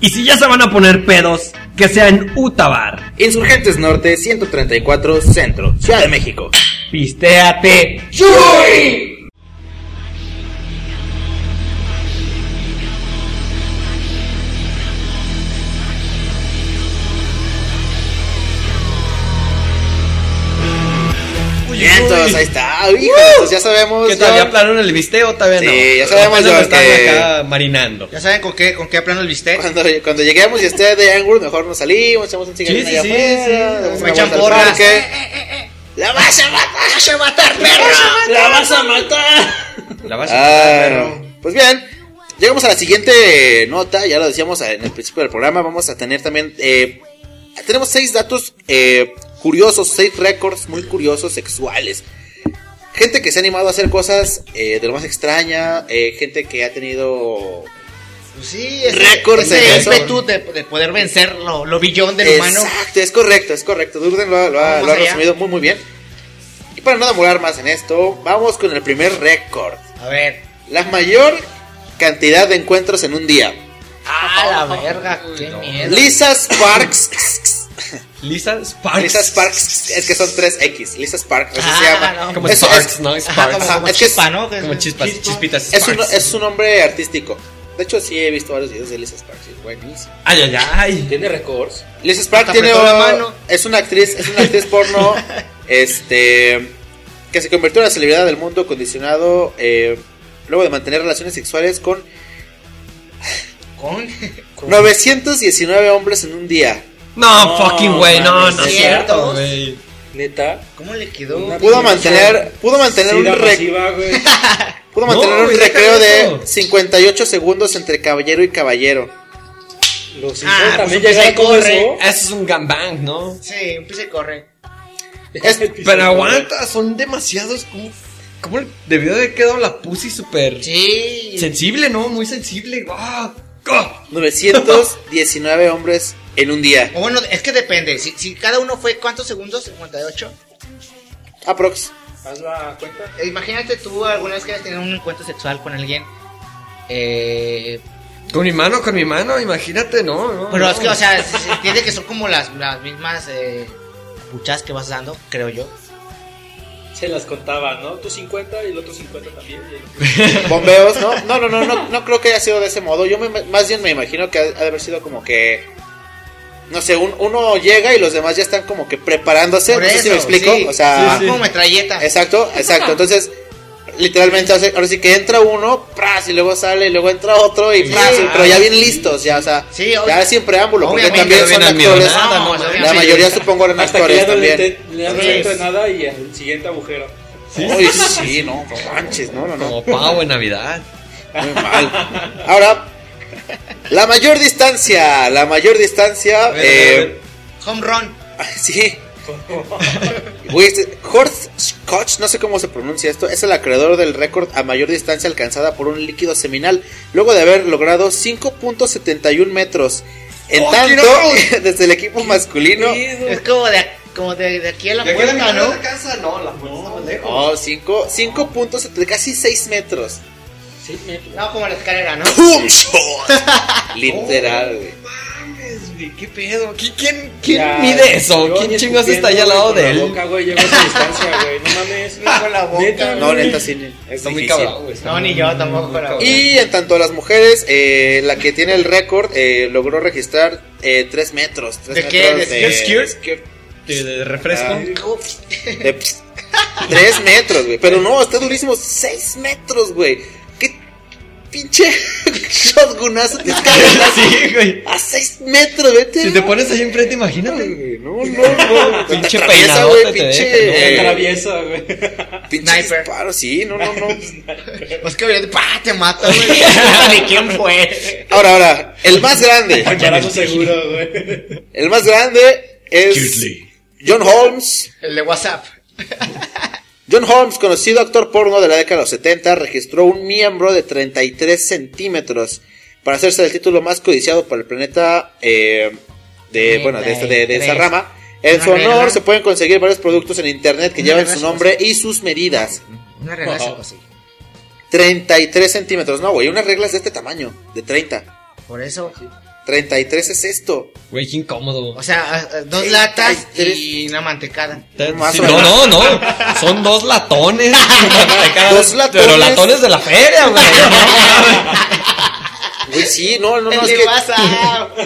Y si ya se van a poner pedos, que sea en Utabar.
Insurgentes Norte, 134 Centro, Ciudad de México.
Pistéate.
Bien, entonces ahí está. Híjole, pues ya sabemos.
¿Qué tal?
ya-
¿Ya aplaron el visteo? Todavía no.
Sí, ya sabemos,
Apenas lo están
que-
acá marinando.
Ya saben con qué, con qué plano el bistec.
Cuando, cuando lleguemos y esté de Angry, mejor nos salimos, echamos un cigarrito
Sí, sí,
allá
sí,
afuera,
sí.
damos una
Me echan
vuelta al
porras.
parque. ¡La vas a matar! ¡La vas a matar, perro! ¡La vas a matar!
La vas a
Ah, pues bien, llegamos a la siguiente nota, ya lo decíamos en el principio del programa, vamos a tener también, eh, tenemos seis datos eh, curiosos, seis récords muy curiosos sexuales. Gente que se ha animado a hacer cosas eh, de lo más extraña, eh, gente que ha tenido...
Pues sí, ese,
Récords
ese
en eso.
ímpetu de, de poder vencer lo, lo billón del humano.
Exacto, es correcto, es correcto, Durden lo, ha- lo ha,
Vamos
lo ha
allá.
resumido muy muy bien. Y para no demorar más en esto, vamos con el primer récord.
A ver.
La mayor cantidad de encuentros en un día.
A Ah, la verga, qué miedo.
Lisa Sparks.
Lisa Sparks.
Lisa Sparks. Es que son 3X. Lisa Sparks. Así
Ah,
se llama.
Como
Es- es-
Sparks, ¿no?
Ajá,
Sparks.
como,
Ajá,
como
es que es-
chispa, ¿no?
Como chispas,
Chispa.
chispitas
Es un,
Sparks.
es un nombre artístico. De hecho, sí he visto varios videos de Lisa Sparks. Es buenísimo.
Ay, ay, ay.
Tiene récords.
Lisa Sparks
Hasta
tiene.
apretó la
oh,
mano.
Es una actriz. Es una actriz porno. este. Que se convirtió en la celebridad del mundo condicionado. eh, luego de mantener relaciones sexuales con
Con...
919 hombres en un día.
No,
No,
fucking way, no,
mames,
no
es
es
cierto.
cierto, güey.
Neta.
¿Cómo le quedó?
Una-
Pudo mantener. Pudo mantener un
Sida
récord.
masiva, güey.
Pudo
No,
mantener un
güey, deja
recreo
eso.
de 58 segundos entre caballero y caballero.
Los
Ah,
hijos también
pues,
llegaron
ahí
con
corre.
eso.
Eso es un gangbang, ¿no?
Sí, empieza y corre.
Es-
Pero aguanta, son demasiados. ¿Cómo, cómo debió de haber quedado la pussy súper
Sí.
sensible, no? Muy sensible. ¡Ah! ¡Ah!
919 hombres en un día.
O bueno, es que depende. Si, si cada uno fue, ¿cuántos segundos? 58.
Aprox.
Haz la cuenta.
Eh, Imagínate tú alguna vez que hayas tenido un encuentro sexual con alguien. Eh,
Con mi mano, con mi mano, imagínate, ¿no? no,
pero
no.
es que, o sea, se se entiende que son como las, las mismas eh, puchas que vas dando, creo yo.
Se las contaba, ¿no? Tú 50 y el otro 50 también. y el otro-
Bombeos, ¿no? No, no, no, no, no creo que haya sido de ese modo. Yo me- más bien me imagino que ha, ha de haber sido como que. No sé, un- uno llega y los demás ya están como que preparándose.
Por
no sé si me
eso,
explico.
sí.
O sea,
Son como metralleta.
exacto, exacto. Entonces, literalmente, ahora sí- ahora sí que entra uno, pras, y luego sale, y luego entra otro, y pras, y- pero ya bien listos, ya, o sea,
Sí,
ya
obvio.
sin preámbulo, porque
Obviamente,
también son
bien
actores.
almidonada,
no,
La
obviamente.
mayoría supongo eran
Hasta que
actores
ya no le,
también.
enten- ya no
Sí.
le entra nada y al siguiente agujero.
Uy, sí, no, no manches, no, no, no.
Como pavo en Navidad.
Muy mal. Ahora, la mayor distancia, la mayor distancia.
A ver, a
eh,
ver.
Home run.
Sí. Güey, este- Horst Scotch, no sé cómo se pronuncia esto, es el acreedor del récord a mayor distancia alcanzada por un líquido seminal, luego de haber logrado 5.71 metros. En
¡Oh,
tanto,
qué
desde el equipo masculino.
Es como de, como de, de aquí a la
¿De
puerta,
aquí a
¿no?
la casa? No, la puerta está más lejos.
Oh, 5, 5.70, casi 6 metros.
Sí, me-
No, como la escalera, ¿no?
¡Pum! shot. Literal,
Oh,
güey.
Mames, güey, ¿Qué pedo? ¿Qui- ¿Quién, quién
Ya,
mide eso?
yo ni
¿Quién chingados está
escupiendo,
allá al lado
güey,
de
con la
él?
boca, güey, lleva esa distancia, güey. No mames.
Con la boca.
No,
güey.
neta, sí. Es
Está muy
difícil.
cabrón, güey. está
No,
muy-
ni yo tampoco.
muy
la
cabrón.
Y en tanto a las mujeres, eh, la que tiene el récord eh, logró registrar 3 metros. tres
¿De qué?
metros
¿De
skirt,
skirt?
¿De- de refresco?
Ah. De 3 metros, güey. Pero no, está durísimo. 6 metros, güey. ¿Qué pinche shotgunazo te cargas
sí, güey.
a 6 metros? Vete.
Si te pones ahí enfrente, imagínate.
Güey, No, no, no.
Pinche
Te atraviesa,
peinadote
güey,
te
pinche-
deja,
Qué
eh,
traviesa, güey.
Pinche
Sniper.
disparo, sí, no, no, no.
Pues que obviamente, ¡pah! Te mato, güey. ¿De quién fue?
Ahora, ahora, el más grande.
Charazo seguro, güey.
El más grande es
Cutely.
John Holmes.
El de WhatsApp.
John Holmes, conocido actor porno de la década de los 70, registró un miembro de 33 centímetros para hacerse el título más codiciado para el planeta eh, de, bueno, de, esta- de- de esa
33.
rama. En
Una
su honor
regla.
se pueden conseguir varios productos en internet que
Una
llevan
regla
su
es
nombre y sus medidas.
Una relación así.
33 centímetros, no, güey, unas reglas de este tamaño, de 30.
Por eso.
33 es esto.
Güey, qué incómodo.
O sea, ah, ah, dos
Sí,
latas
tres.
y una mantecada.
Te-
más
sí,
o
no, no,
menos.
no. Son dos latones.
Dos latones.
Pero latones de la feria, güey.
Güey, sí, no, no, no.
El
Es
de
que,
WhatsApp.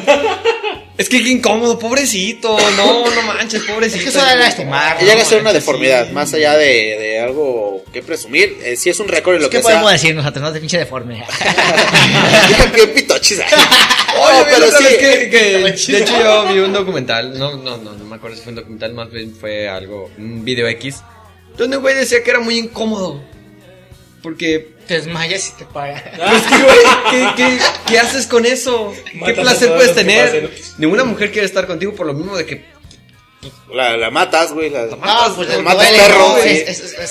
Es que qué incómodo, pobrecito. No, no manches, pobrecito.
Es que eso da lastimar.
llega a ser una
manches,
deformidad,
sí.
más allá de, de algo que presumir. Eh, sí es un récord en lo
¿Qué
que
podemos
sea.
decir nosotros? No de pinche deforme.
Digan que pitochis. Oye,
Oye,
no,
pero
pero sí.
que, que- de hecho yo vi un documental, no, no, no, no me acuerdo si fue un documental, más bien fue algo, un video X, donde un güey decía que era muy incómodo. Porque,
Te desmayas y te pagas.
pues, ¿qué, güey? ¿Qué, qué- qué haces con eso? ¿Qué
Matas a
placer
todos
puedes
los que
tener?
pasen.
Ninguna mujer quiere estar contigo por lo mismo de que...
La, la matas, güey. La,
No, pues
la
te
mata el
duele,
perro.
no,
sí.
es- es- es- es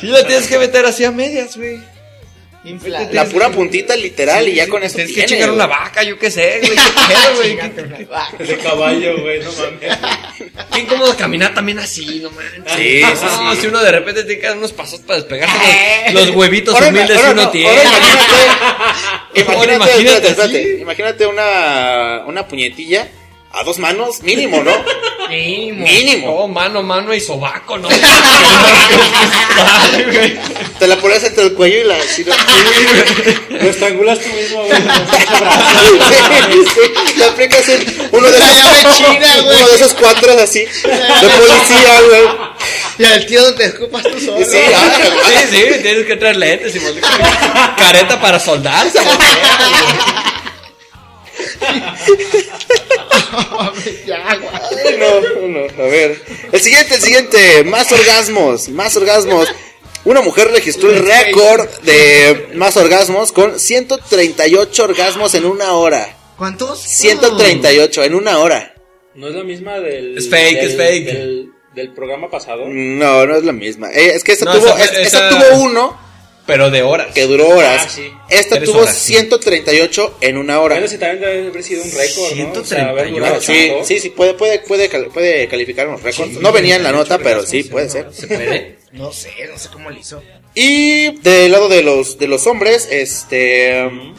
Sí la tienes que meter así a medias, güey.
infla-
La pura puntita, literal, y ya con eso.
Tienes que
tiene,
chingar
güey.
una vaca, yo qué sé, güey. Qué pedo, güey.
Chingate
Qué-
una- Ah,
De caballo, güey, no mames.
Qué incómodo caminar también así, no manches.
Sí, sí,
No,
sí. Eh.
Si uno de repente tiene que dar unos pasos para despegarse los, los huevitos
Ahora,
humildes
ahora
que uno
no,
tiene.
ahora imagínate,
Ahora
imagínate,
imagínate
espérate, espérate,
así.
imagínate una, una puñetilla a dos manos, mínimo, ¿no?
mínimo.
mínimo.
Oh, mano, mano y sobaco, ¿no? Ay, güey.
Te la pones entre el cuello y la. sí, la-
Lo estrangulas tú mismo, güey.
Sí, sí, le aplicas el- uno de
Llave
esos,
china, güey.
uno de esos cuatro así, de policía, güey.
Y al tío donde escupas tú solo. Ah,
Sí, ah, ay,
Sí, sí, tienes que traer lentes y molde- careta para soldarse.
Ya, güey.
No, no, a ver. El siguiente, el siguiente. Más orgasmos, más orgasmos. Una mujer registró el récord de más orgasmos con 138 orgasmos en una hora.
¿Cuántos?
138 en una hora.
No es la misma del.
Es fake,
del-
es fake. Mm.
Del, del programa pasado.
No, no es la misma. Eh, es que esta
No,
tuvo,
esa fue-
es-
esa-
esta tuvo uno
Pero de horas.
que duró horas.
Ah, sí.
Esta
Tres
tuvo
horas, sí.
138 en una hora.
Bueno, si también debe haber sido un récord, ¿no? O sea, haber
138.
durado
Sí,
tanto.
sí, sí, puede, puede, puede, cal- puede calificar unos récords. No venía en la nota, pero sí, puede ser.
Se puede.
No sé, no sé cómo le hizo.
Y del lado de los de los hombres, este um,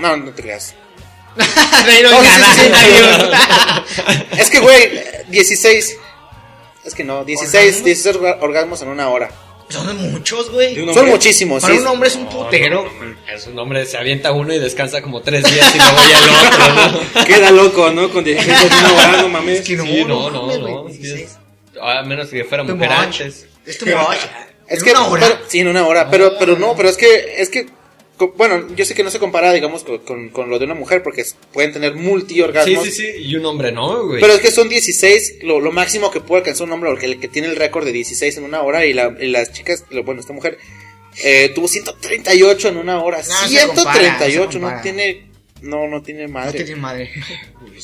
no, no te creas.
Pero
No, sí,
ya,
sí, sí.
adiós.
Es que güey, 16 es que no, 16, 16 orga- orgasmos en una hora.
Son muchos, güey.
De un
Son
hombre.
muchísimos,
Para
sí.
un hombre es un putero.
Es un hombre, se avienta uno y descansa como tres días y luego ya el otro, ¿no?
Queda loco, ¿no? Con 16 años, no, ahora no mames.
Es que no,
Sí, no,
no,
no,
mames,
no.
güey,
sí,
16.
es- A menos que fuera
Too
mujer
much.
antes.
Es tu mocha.
Es que
una hora.
pero- sí, en una hora, pero pero no, pero es que es que co- bueno, yo sé que no se compara, digamos, co- con, con lo de una mujer porque s- pueden tener multi
Sí,
orgasmos.
sí, sí. Y un hombre no, güey.
Pero es que son 16, lo, lo máximo que puede alcanzar un hombre, porque el que tiene el récord de 16 en una hora y, la- y las chicas, lo- bueno, esta mujer eh, tuvo 138 en una hora.
No, se
138,
compara, se
no
compara.
tiene, no, no tiene
No
madre.
tiene madre.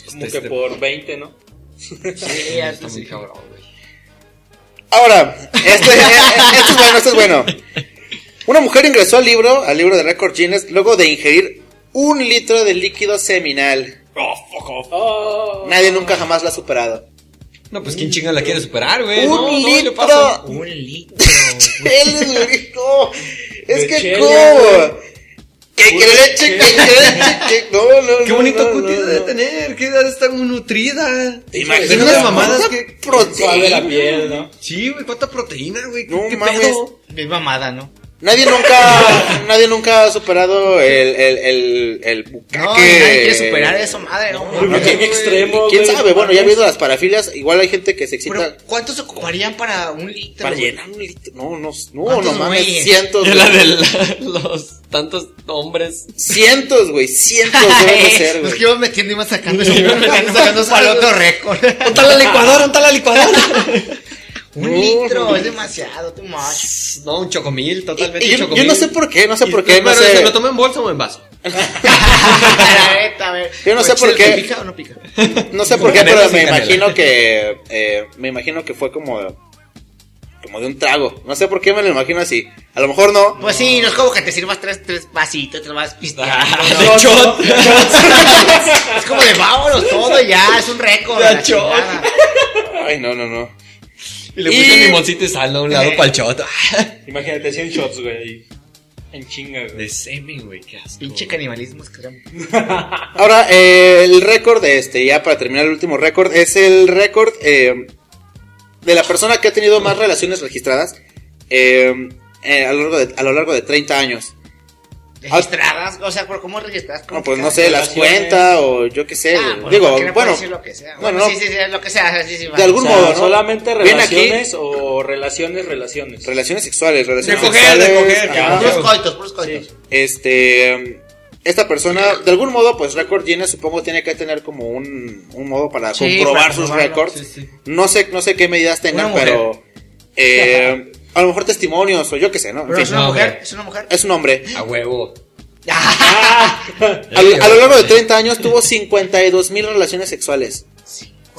Como que por 20, ¿no?
Sí,
Este, Está muy cabrón, güey.
Ahora, esto, eh, eh, esto es bueno, esto es bueno. Una mujer ingresó al libro, al libro de récord Guinness, luego de ingerir un litro de líquido seminal.
Oh,
Nadie nunca jamás la ha superado.
No, pues quién chinga la quiere superar, güey.
Mm. un
No, no, ¿y le
litro.
pasa?
Un litro.
Cheles, güey, no. Es
De
que
chela,
cómo.
güey.
Que que leche, que que leche, que no, no,
Qué
no,
bonito
no,
cutis
no,
debe
no.
tener. Qué edad está muy nutrida.
¿Te
Deja
imaginas
de
cuánta
mamadas que.
suave la
proteína?
piel, ¿no?
Sí, güey, cuánta proteína, güey. ¿Qué,
No
qué
mames.
pedo?
Bien mamada, ¿no?
Nadie nunca, nadie nunca ha superado el, el, el, el bucaque.
No, nadie quiere superar eso, madre, no.
No,
mames.
qué extremo,
¿Quién
güey.
sabe? Bueno, ya viendo las parafilias, igual hay gente que se
Pero,
excita
¿cuántos ocuparían para un litro?
para
güey?
llenar un litro. No, no, no, no
¿Cuántos
mames,
güeyes?
cientos,
Yo la
güey.
de la- los tantos hombres.
Cientos, güey, cientos deben de ser,
Los
güey.
que iban metiendo iban sacando, se iban metiendo, sacando para el otro récord.
¿Dónde está la licuadora? ¿Dónde está la licuadora?
Un
No,
litro
no,
es
no.
demasiado, too much.
no, un chocomil, totalmente
Y- y
un
yo,
chocomil.
yo no sé por qué, no sé por qué, no
Pero
sé.
se lo toma en bolsa o en vaso.
La neta, a ver.
Yo no sé
Pues,
por qué.
¿Pica o no pica?
No sé
Como
por qué,
canela
pero
sin
me
canela.
imagino que. eh, me imagino que fue como. Como de un trago. No sé por qué me lo imagino así. A lo mejor no.
Pues sí, no es como que te sirvas tres, tres vasitos, te lo vas pisteando.
Ah,
¿no?
de shot.
Es como de vámonos todo ya, es un récord.
Ya,
la
chon.
chingada.
Ay, no, no, no.
Y le puse
Y-
limoncito y sal a un lado para el shot.
Imagínate 100 shots, güey. ahí. En chinga, güey.
De semen, güey, qué asco.
Pinche
güey.
canibalismo, es que
Ah. Ahora, eh, el récord, este, ya para terminar el último récord, es el récord eh, de la persona que ha tenido más relaciones registradas eh, eh, a, lo largo de, a lo largo de 30 años.
Registradas, o sea, ¿cómo registradas? ¿Cómo
No, pues
que
no
cada-
sé, las
relaciones.
cuenta o yo qué sé. eh,
Ah, pues,
Digo,
cualquiera puede
bueno,
decir lo que sea.
bueno,
Bueno,
no.
sí, sí, sí, lo que sea, sí, sí,
de
vale.
algún
O sea,
modo, ¿no?
solamente
Ven aquí.
relaciones o relaciones, relaciones.
Relaciones sexuales, relaciones
De coger, de
sexuales.
coger,
ajá.
cabrón.
Puros coitos, puros coitos.
Este. Esta persona, de algún modo, pues récord Guinness supongo tiene que tener como un, un modo para
Sí,
comprobar
para
sus
probarlo,
récords.
Sí, sí.
No sé, no sé qué medidas tengan,
Una mujer.
pero. eh, a lo mejor testimonios o yo qué sé, ¿no? En
Pero
fin,
es una
no,
mujer,
güey.
es una mujer.
es un hombre. Ah.
A huevo.
A, lo- a lo largo de 30 años tuvo 52 mil relaciones sexuales.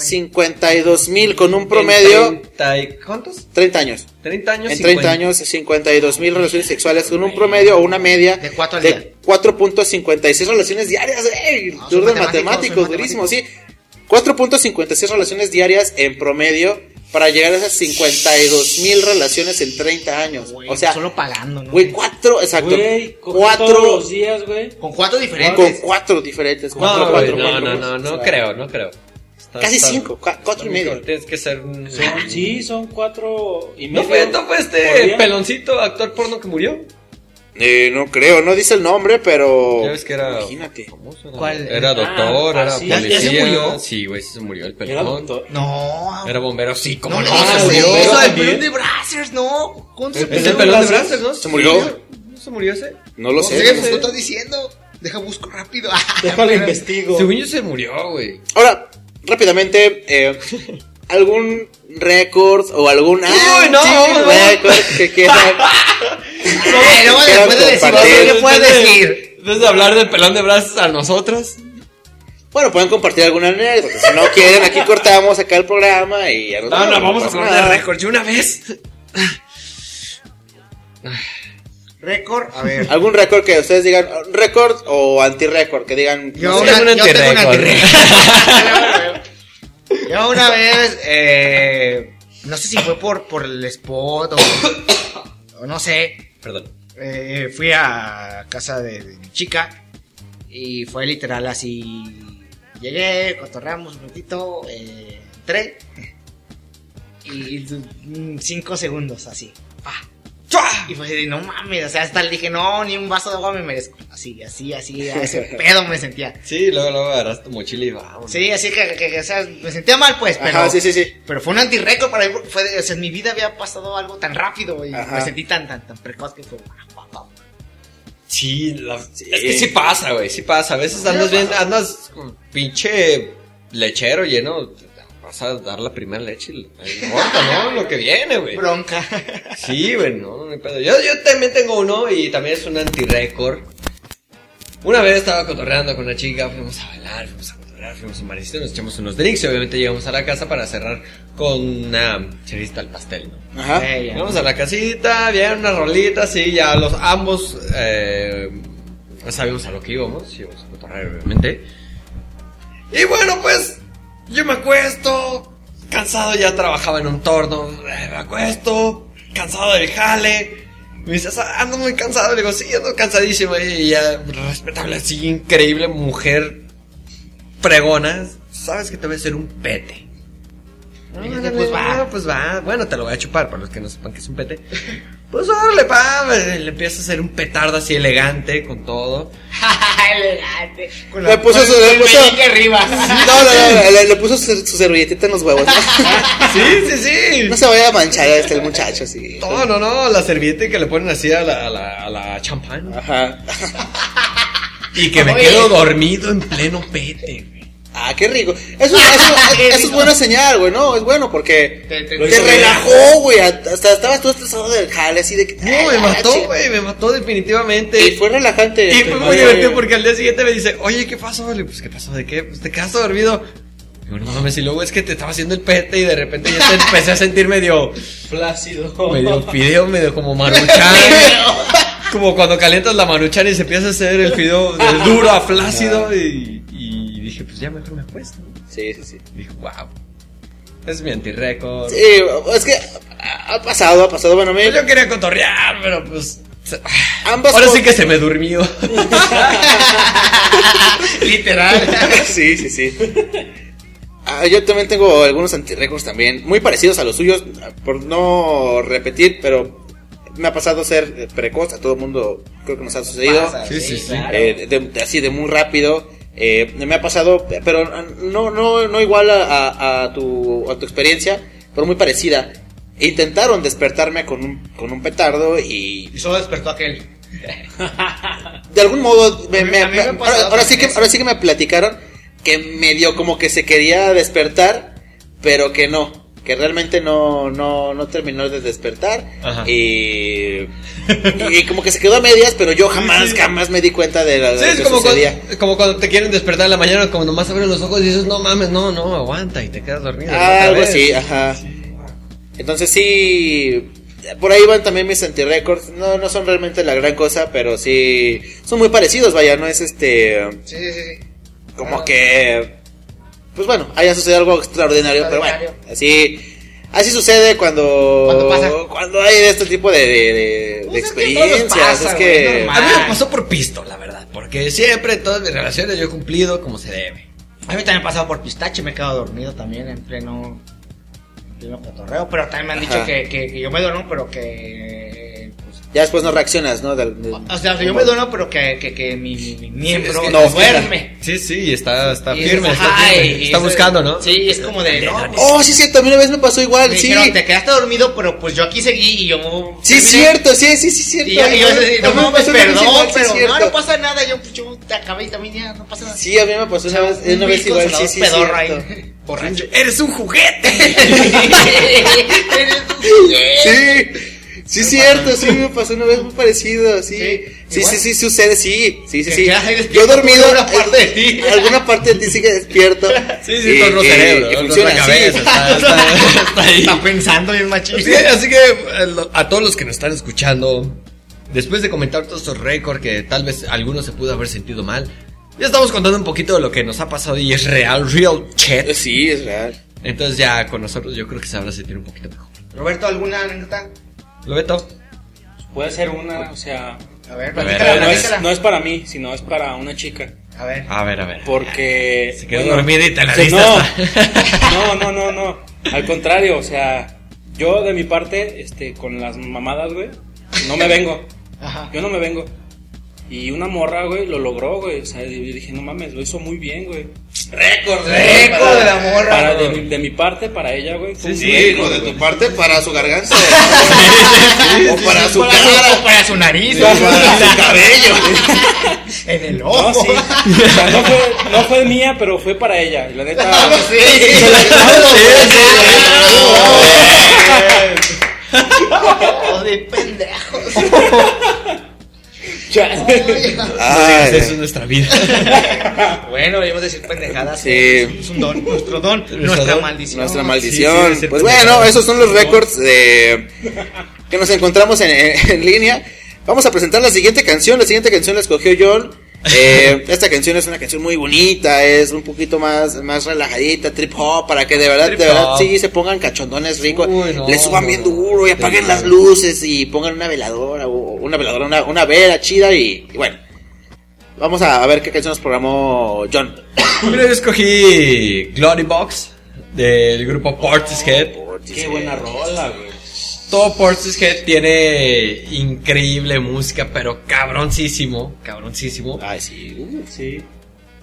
52 mil con un promedio.
30 y- ¿Cuántos?
30 años.
30 años.
En 30 años, 52 mil relaciones sexuales con un promedio o una media
De cuatro al día.
4.56 relaciones diarias. ¡Ey!
No, soy
Tú eres
matemático,
matemático,
soy
durísimo, sí. 4.56 relaciones diarias en promedio para llegar a esas 52 mil relaciones en 30 años.
Güey,
o sea,
solo pagando, ¿no?
güey, cuatro, exacto.
Güey, coge todos
cuatro
los días, güey.
Con cuatro
con
diferentes.
cuatro diferentes.
No,
Cuatro,
güey,
cuatro,
no,
cuatro,
no,
cuatro.
no, no creo, no creo. Está-
Casi
está-
cinco, cua- cuatro y medio.
Tienes que ser un.
Son- sí, son cuatro y medio.
No fue, no fue
por
este
día.
peloncito actor porno que murió.
Eh, no creo, no dice el nombre, pero.
Ya ves que era.
Imagínate.
famoso, era-
¿Cuál?
Era doctor,
Ah,
era
sí.
policía.
¿Ya se murió?
Sí, güey, se murió el
Era
pelón.
doctor.
No.
Era bombero, sí, como
No le
no.
digas
güey,
bombero
eso, el
también.
pelón de Brazzers, no. ¿Cuánto se
Es
peló
el
de
pelón de
Brazzers?
brazos, ¿no?
¿Se murió?
¿No se murió ese?
No lo sé.
Sí,
no
pues,
sé.
tú estás diciendo. Deja busco rápido.
Déjalo investigo.
Según yo se murió, güey.
Ahora, rápidamente, eh, algún récord o algún
Uy, no, no.
récord que quieran.
Ay, luego
Quieran
después de decir
compartir.
eso, ¿qué puedes
Entonces-
decir?
Entonces hablar del pelón de brazos a nosotros.
Bueno, pueden compartir alguna anécdota. Si no quieren, aquí cortamos acá el programa y ya nos
No, no, vamos a
pasa
hablar
nada.
de récord. Yo una vez.
Récord, a ver.
Algún récord que ustedes digan, récord o antirécord, que digan.
Yo,
Yo
una,
tengo un
yo tengo un
antirrécord.
antirrécord. yo una vez, eh, no sé si fue por, por el spot o, o no sé,
Perdón.
eh, fui a casa de, de mi chica y fue literal así, llegué, cotorreamos un ratito, eh, entré y du- mm, cinco segundos así. pa. Y fue así, de, no mames, o sea, hasta le dije, no, ni un vaso de agua me merezco. Así, así, así, a ese pedo me sentía.
Sí, luego, luego agarras tu mochila y vamos.
Sí, así que, que- que, o sea, me sentía mal, pues, pero,
Ajá, sí, sí, sí.
pero fue un antirrécord para mí, porque fue de- o sea, en mi vida había pasado algo tan rápido y
Ajá.
me sentí tan, tan, tan precoz que fue, "Ah, wow, wow, wow.
Sí, la- es que sí pasa, güey, sí pasa. A veces andas bien, andas con pinche lechero lleno. Vas a dar la primera leche y no importa, ¿no? Lo que viene, güey.
bronca.
Sí, güey, no, no hay pedo. Yo, yo también tengo uno y también es un anti-récord. Una vez estaba cotorreando con una chica, fuimos a bailar, fuimos a cotorrear, fuimos a marisito, nos echamos unos drinks y obviamente llegamos a la casa para cerrar con una cherista al pastel, ¿no?
Ajá.
Eh, ya.
Vamos a la casita, vieron unas rolitas y ya los ambos eh, sabíamos a lo que íbamos, íbamos a cotorrear obviamente. Y bueno, pues yo me acuesto, cansado, ya trabajaba en un torno, eh, me acuesto, cansado del jale. Me dice, "Ah, ando muy cansado, le digo, sí, ando cansadísimo. Y ya, respetable, así, increíble mujer pregona, sabes que te voy a hacer un pete.
Y
No,
dije, pues va.
pues va. Bueno, te lo voy a chupar para los que no sepan que es un pete. Pues órale, pa. Le empieza a hacer un petardo así elegante con todo.
Elegante. Con
Le puso su- le
con el
puso-
meñique arriba.
No, no, no, le, le puso su, su servilletita en los huevos. ¿no?
Sí, sí, sí.
No se vaya a manchar este el muchacho, sí.
No, no, no. La servilleta que le ponen así a la, a la, a la champán.
Ajá.
Y que me
Oye.
quedo dormido en pleno pete. güey.
Ah, qué rico. Eso, eso,
Qué
eso es
rico.
buena señal, güey, ¿no? Es bueno porque
Te-
te,
te-
hizo bien.
relajó, güey. Hasta estabas todo estresado del jale, así de que.
No, me
ah,
mató,
ching.
güey. Me mató definitivamente.
Y fue este, relajante.
Y fue muy
Oye,
divertido porque al día siguiente me dice, oye, ¿qué pasó? Le digo, pues, ¿qué pasó? ¿De qué? Pues te quedaste dormido. Digo, no mames, y luego es que te estaba haciendo el pete y de repente ya te empecé a sentir medio,
Plácido.
medio fideo, medio como maruchan. como cuando calientas la maruchan y se empieza a hacer el fideo del duro a flácido y, y dije, pues ya mejor me acuesto.
Sí, sí, sí.
Y dije, wow, es mi antirrécord.
Sí, es que ha ha pasado, ha pasado. Bueno, a mí.
Pues Yo quería cotorrear, pero pues
Ambas
Ahora
cos-
sí que se me durmió. Literal.
sí, sí, sí. Ah, yo también tengo algunos antirécords también, muy parecidos a los suyos, por no repetir, pero me ha pasado ser eh, precoz, a todo el mundo creo que nos ha sucedido.
Sí, sí, sí.
Eh, de- de- así de muy rápido. Eh, me ha pasado, pero no, no, no igual a, a- a tu, a tu experiencia, pero muy parecida. Intentaron despertarme con un, con un petardo y
Y solo despertó aquel.
de algún modo me-
A mí-
me-
a mí me
me-
pasó
ahora, ahora sí que
también.
ahora sí que me platicaron que medio como que se quería despertar pero que no que realmente no no no terminó de despertar
Ajá.
y y como que se quedó a medias pero yo jamás jamás me di cuenta de, la, de
Sí,
lo
es
que
como cuando,
sucedía
como cuando te quieren despertar en la mañana, como nomás abres los ojos y dices, no mames, no, no, aguanta y te quedas dormido.
Ah,
otra
algo
vez.
así ajá entonces sí por ahí van también mis antirecords no no son realmente la gran cosa pero sí son muy parecidos vaya no es este
Sí, sí, sí.
como que pues bueno haya sucedido algo extraordinario pero bueno así así sucede cuando
Cuando pasa.
cuando hay este tipo de, de- de- de
Pues es que todos
experiencias
pasa,
es
güey,
que
normal.
A mí me pasó por pisto, la verdad, porque siempre en todas mis relaciones yo he cumplido como se debe.
A mí también he pasado por pistache, me he quedado dormido también en pleno, en pleno cotorreo, pero también me han dicho
Ajá.
que, que- que yo me duermo, pero que... pues,
ya después no reaccionas no Del- del-
o sea, yo me duermo, pero que, que, que mi, mi- mi miembro
Ah. es que
no
no,
duerme.
Sí, sí, está, está
Y es-
firme, está,
ajá,
firme.
y
Está
es-
buscando, ¿no?
Sí, y es como de, no, pues,
oh sí cierto a mí una vez me pasó igual
me
sí
dijeron, te quedaste dormido, pero pues yo aquí seguí y yo...
sí
terminé.
cierto sí sí sí cierto
Y yo, y yo
Ay,
así,
a
no
mí me
mames,
pasó una vez
perdón,
igual, sí,
pero no,
cierto.
no pasa nada, yo, pues, yo te acabé y también ya, no pasa nada.
sí a mí me pasó
O
una
sea,
vez una
un
vez
vil
igual sí
consolador
sí
pedorro ahí,
cierto.
borracho.
¡Eres un juguete!
Eres un güey.
Sí, sí es cierto, sí me pasó una vez muy parecido, sí.
Sí,
Sí, sí,
igual.
sí, sucede, sí, sí, sí,
Que
sí.
quedas ahí despierto
Yo dormido
alguna parte de ti.
alguna parte de ti sigue despierto.
Sí,
Y-
sí, con otro
y-
cerebro,
y
con
funciona,
otra
sí.
cabeza, está, está- está ahí.
Está pensando bien machista.
Pues Sí, así que eh, lo- a todos los que nos están escuchando, después de comentar todos estos récords que tal vez algunos se pudo haber sentido mal, ya estamos contando un poquito de lo que nos ha pasado y es real, real
Eh,
chat.
Sí, es real.
Entonces ya con nosotros yo creo que se habrá sentido un poquito mejor.
Roberto, ¿alguna anécdota?
¿Lo veto?
Puede ser una, o sea,
A
ver,
ver, platícala,
pero no
platícala.
es, no es para mí, sino es para una chica.
A ver.
A ver, a ver.
Porque.
Se quedó dormida y te la
o sea,
diste hasta-
No, no, no, no. Al contrario, o sea, yo de mi parte, este, con las mamadas, güey, no me vengo.
Ajá.
Yo no me vengo. Y una morra, güey, lo logró, güey. O sea, y dije, no mames, lo hizo muy bien, güey.
Récord,
Récord de la morra.
Para de, mi, de mi parte, para ella, güey. fue un récord,
de
güey.
tu parte para su garganta. o para su
Para su,
cara.
para su nariz,
O para su cabello.
en el
No,
ojo.
sí. O sea, no fue, no fue mía, pero fue para ella. Y la neta.
Sí. Oh, de pendejos.
ah,
Ay,
Eso es nuestra vida.
Bueno, debemos decir pendejadas.
Sí.
eh, Es un don, nuestro don, nuestra
don,
maldición.
Nuestra
sí,
maldición.
es cierto.
pues bueno, esos son los récords de- que nos encontramos en, en línea. Vamos a presentar la siguiente canción. La siguiente canción la escogió John. Eh, esta canción es una canción muy bonita, es un poquito más, más relajadita, trip hop, para que de verdad,
Trip
de verdad,
hop.
sí se pongan cachondones ricos,
Uy, no,
le suban
no,
bien
no.
duro y apaguen las luces y pongan una veladora, o una veladora, una, una vela chida y, y bueno. Vamos a ver qué canción nos programó John.
Primero yo escogí Glory Box del grupo Portishead.
Qué buena rola, güey.
Todo Portishead tiene increíble música, pero cabroncísimo, cabroncísimo.
Ay, sí. uh,
Sí.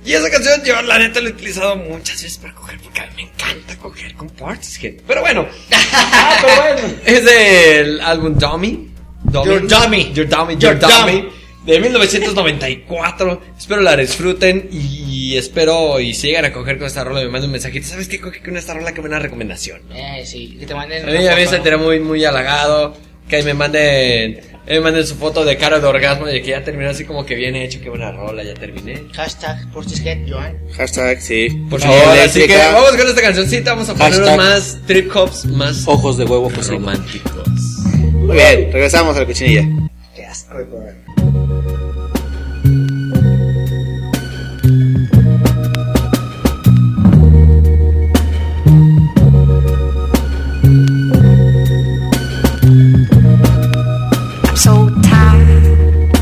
Y esa canción yo la neta la he utilizado muchas veces para coger porque a mí me encanta coger con Portishead. Pero bueno, Ah, es del álbum Dummy. Dummy.
Your Dummy.
Your Dummy.
Your
Your Dummy.
Dummy.
De 1994. espero la disfruten y espero y si llegan a coger con esta rola me manden un mensajito. ¿Sabes qué? Coge con esta rola que buena recomendación.
Eh, sí, que te manden.
A mí
una
ya me
foto,
sentiré muy, muy halagado. Que me manden, que me manden su foto de cara de orgasmo y de que ya terminé así como que bien hecho, que buena rola, ya terminé.
¿no? Hashtag Portishead, Joan.
Hashtag, sí.
Por
favor,
favor, así que vamos con esta cancioncita, vamos a poner unos
Hashtag.
más trip hops, más
Ojos de huevo, José.
románticos.
Muy bien, regresamos a la cochinilla.
Qué asco de programa.
I'm so tired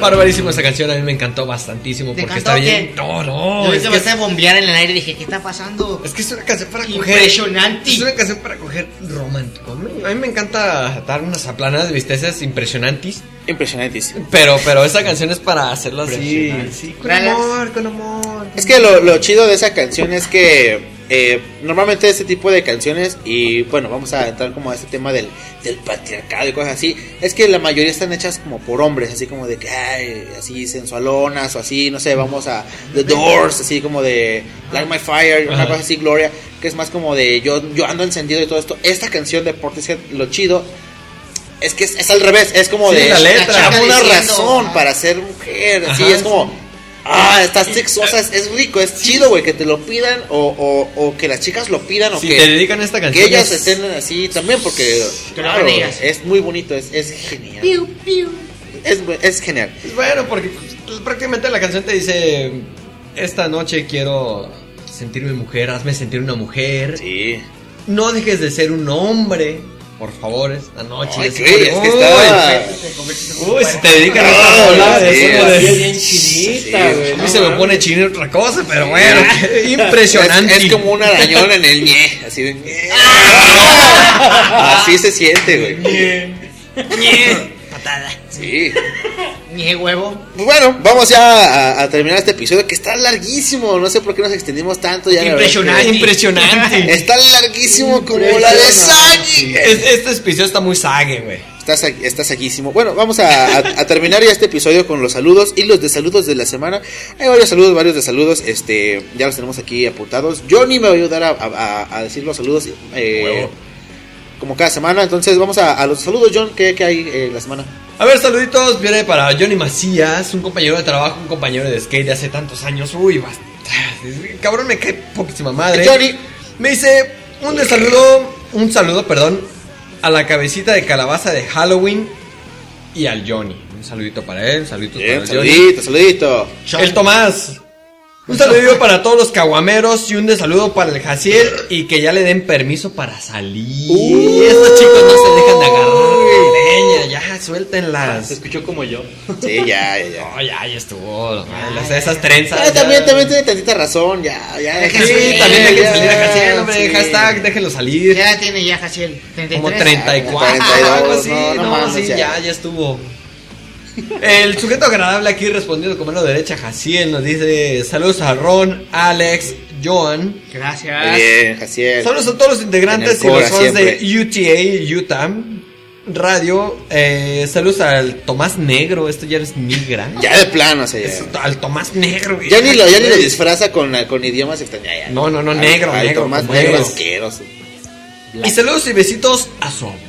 barbarísimo esta canción, a mí me encantó bastantísimo
¿Te
porque
encantó
está
o qué?
bien. No, no,
Yo
es
es
que,
empecé a bombear en el aire y dije, ¿qué está pasando?
es que es una canción para coger.
Impresionante.
Es una canción para coger romántico. A mí, a mí me encanta dar unas aplanas de visteces impresionantes,
Impresionantísimo.
pero pero esta canción es para hacerlo así. Sí, con
Relax.
amor, con amor.
Es que lo, lo chido de esa canción es que eh, normalmente este tipo de canciones, y bueno, vamos a entrar como a este tema del, del patriarcado y cosas así, es que la mayoría están hechas como por hombres, así como de que, ay, así sensualonas o así, no sé, vamos a The Doors, así como de Light My Fire, una
Ajá.
cosa así, Gloria, que es más como de yo, yo ando encendido y todo esto. Esta canción de Portishead, lo chido. Es que es, es al revés, es como
Sí,
de
la letra.
"Chava, una
Diciendo,
razón
ajá.
para ser mujer, así
Ajá,
es como Ah, estás sexosa, es, es rico, es chido, güey, que te lo pidan o, o, o que las chicas lo pidan o
Si
que,
te dedican esta
que
canción.
ellas
es-
estén así también, porque
Que lo
claro,
hagan ellas.
es muy bonito, es, es genial. Es, bu- es genial.
Pues Bueno, porque pues, prácticamente la canción te dice, esta noche quiero sentirme mujer, hazme sentir una mujer.
Sí.
No dejes de ser un hombre, por favor, esta noche.
Ay,
Es
güey, es
como-
que está.
Uy, uy, si te dedican a
Ah,
esta palabra,
sí,
es como
La
de-
piel bien chinita,
Sí,
güey.
A
no
mí se me
mames.
pone chino otra cosa, pero bueno, impresionante.
Es, es como un arañón en el ñe, así de ñe. Así se siente, güey.
Patada.
Sí.
Ni huevo.
Pues bueno, vamos ya a, a terminar este episodio que está larguísimo. No sé por qué nos extendimos tanto. Ya la verdad es que-
impresionante. Impresionante.
Está larguísimo como la de Sagi.
Es- este episodio está muy sague, güey.
Estás, estás saquísimo. Bueno, vamos a, a- a terminar ya este episodio con los saludos y los desaludos de la semana. Hay varios saludos, varios desaludos. Este, ya los tenemos aquí apuntados. Johnny me va a ayudar a, a- a decir los saludos eh,
Huevo.
como cada semana. Entonces vamos a, a los saludos, John. ¿Qué, qué hay eh, la semana?
A ver, saluditos. Viene para Johnny Macías, un compañero de trabajo, un compañero de skate de hace tantos años. Uy, bast- cabrón, me cae poquísima madre.
Johnny.
Me dice un de saludo, un saludo, perdón, a la cabecita de calabaza de Halloween y al Johnny. Un saludito para él, saluditos
Bien,
Pues para el Johnny.
saludito, saludito.
El Tomás. Un saludo para todos los caguameros y un de saludo para el Jaciel y que ya le den permiso para salir.
Uy.
Estos chicos no se dejan de agarrar. Leña, Uh. ya, suéltenlas.
Ah, Se escuchó como yo.
Sí, ya, ya, ya.
No, ya, ya estuvo. no, las- esas trenzas.
Ah,
ya.
también, también tiene tantita razón. Ya, ya.
Sí,
deja salir,
también dejen
ya,
salir a Jaciel, hombre.
sí.
Hashtag, déjenlo
¿Qué
salir.
edad tiene ya Jaciel? 33.
Como 34.
32,
algo así.
no,
No,
no mames,
sí,
ya.
ya, ya estuvo. El sujeto agradable aquí respondiendo con mano derecha, Jaciel, nos dice: Saludos a Ron, Alex, Joan.
Gracias.
Muy bien, Jaciel.
Saludos a todos los integrantes y
En el
los
Cora
fans de
siempre.
UTA, UTAM Radio. Eh, saludos al Tomás Negro, esto ya eres migra.
Ya de plano, o sea, ya.
Al Tomás Negro.
Eh. Ya ni lo, ya ni lo disfraza con, con idiomas extraños.
No, no, no, negro, negro,
Más
como
negro
negro.
asqueroso.
Y saludos y besitos a su abuela.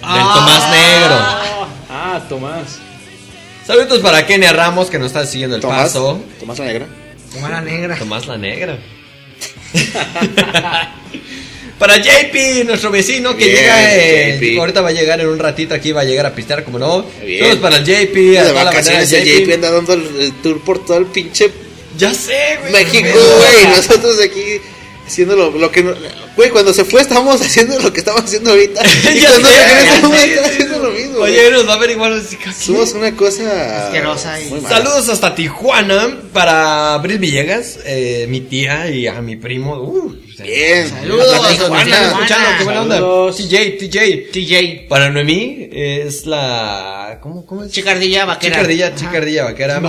Del Tomás Negro.
Ah, Tomás.
Saludos para Kenia Ramos que nos está siguiendo el
Tomás.
paso.
Tomás la negra.
Humana negra.
Tomás la Negra. para JP, nuestro vecino que
Bien,
llega. eh,
JP.
ahorita va a llegar en un ratito aquí, va a llegar a pistear, como no.
Bien.
Saludos para el JP. a
de
toda la bandera
vacaciones
de
el JP anda dando el, el tour por todo el pinche
Ya sé, güey.
México,
Pero-
güey. Nosotros aquí haciendo lo, lo que. no- Güey, cuando se fue estábamos haciendo lo que estamos haciendo ahorita. y
Ya
cuando
sé,
regresamos
ya sé.
estamos haciendo lo mismo.
Oye,
güey.
nos va a averiguar así que aquí-
Somos una cosa.
Asquerosa y-
muy mala.
Saludos hasta Tijuana para Abril Villegas, eh, mi tía y a mi primo. Uh,
Bien.
Saludos,
Hasta
Tijuana.
Tijuana.
Tijuana.
escuchando, qué buena onda.
Saludos.
TJ, TJ.
TJ.
Para Noemí eh, es la. ¿Cómo, cómo es?
Chicardilla vaquera.
Chicardilla,
Ajá.
chicardilla vaquera.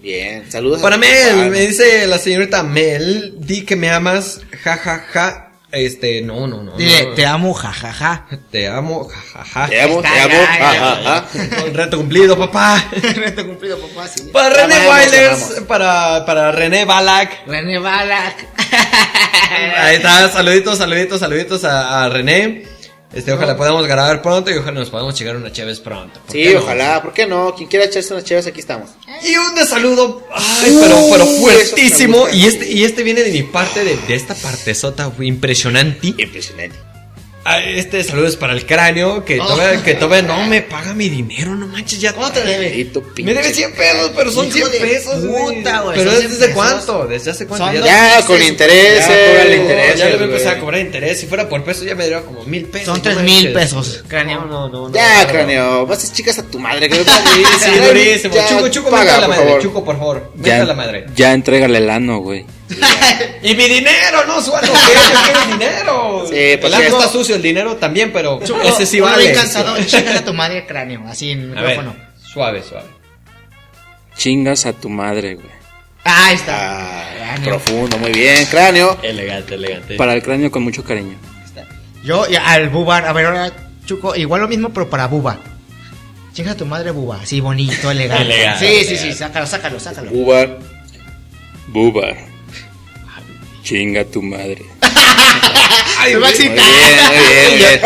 Bien. Saludos. a
Para Mel,
Tijuana.
me dice la señorita Mel, di que me amas, ja, ja, ja. Este, no, no, no.
Dile,
no.
te amo, jajaja.
Te amo, ja, ja, ja.
Te amo, te
Está
amo.
ya, ya,
Ajá,
ya.
ajá.
Un reto cumplido, papá.
Reto cumplido, papá. sí.
Para René
Amamos,
Wailers,
amamos.
para, para René Balak.
René Balak.
Ahí está, saluditos, saluditos, saluditos a, a René. Este, ojalá podamos grabar pronto y ojalá nos podamos llegar una Cheves pronto. ¿Por
Sí,
qué no?
ojalá, ¿por qué no? Quien quiera echarse unas chéves, aquí estamos.
Y un de saludo, ay, pero, pero
Uh,
fuertísimo.
eso me gusta.
Y este, y este viene de mi parte, de, de esta partezota impresionante.
Impresionante.
ah, este saludo es para el cráneo, que todavía, que todavía no me paga mi dinero, no manches, ya cuánto te debe.
Maldito
Me
pinche
debe 100 pesos, pero son
Hijo
100
de
pesos. güey.
puta, güey,
Pero
son
¿desde
100 pesos.
cuánto? ¿Desde hace cuánto?
Son
Ya-
dos
Ya, con intereses.
Ya, cóbrale intereses,
Ya,
ya le voy a empezar a cobrar interés. Si fuera por peso, ya me daría como mil pesos.
Son
no
tres
manches.
mil pesos.
Cráneo. No, no, no.
Ya,
no.
cráneo. Vas a ser chicas a tu madre. que-
Sí, sí,
Ya,
durísimo.
ya,
Chuco, Chuco,
paga,
vete a la
por
madre.
favor.
Chuco, por favor. Vete
Ya,
a la madre.
ya entrégale el ano, güey.
Y mi dinero, no, su algo. que Yo quiero mi dinero.
Sí, pues
el ano
sí.
está sucio, el dinero también, pero
Chuco,
ese sí
uno
vale.
bien cansado, chingas a tu madre el cráneo, así en el
A ver,
micrófono.
suave, suave.
Chingas a tu madre, güey.
Ah, ahí está.
Ah,
Cráneo.
profundo, muy bien, cráneo.
Elegante, elegante.
Para el cráneo con mucho cariño.
Yo y al Bubar, a ver ahora, Chuco, igual lo mismo, pero para Buba. Chinga a tu madre, Buba, así bonito, elegante.
Elegante,
sí, sí,
elegante.
sí, sácalo, sácalo, sácalo.
Uber.
Bubar. Chinga tu madre.
Ay, me va a
Muy
excitar.
bien, muy bien, muy bien.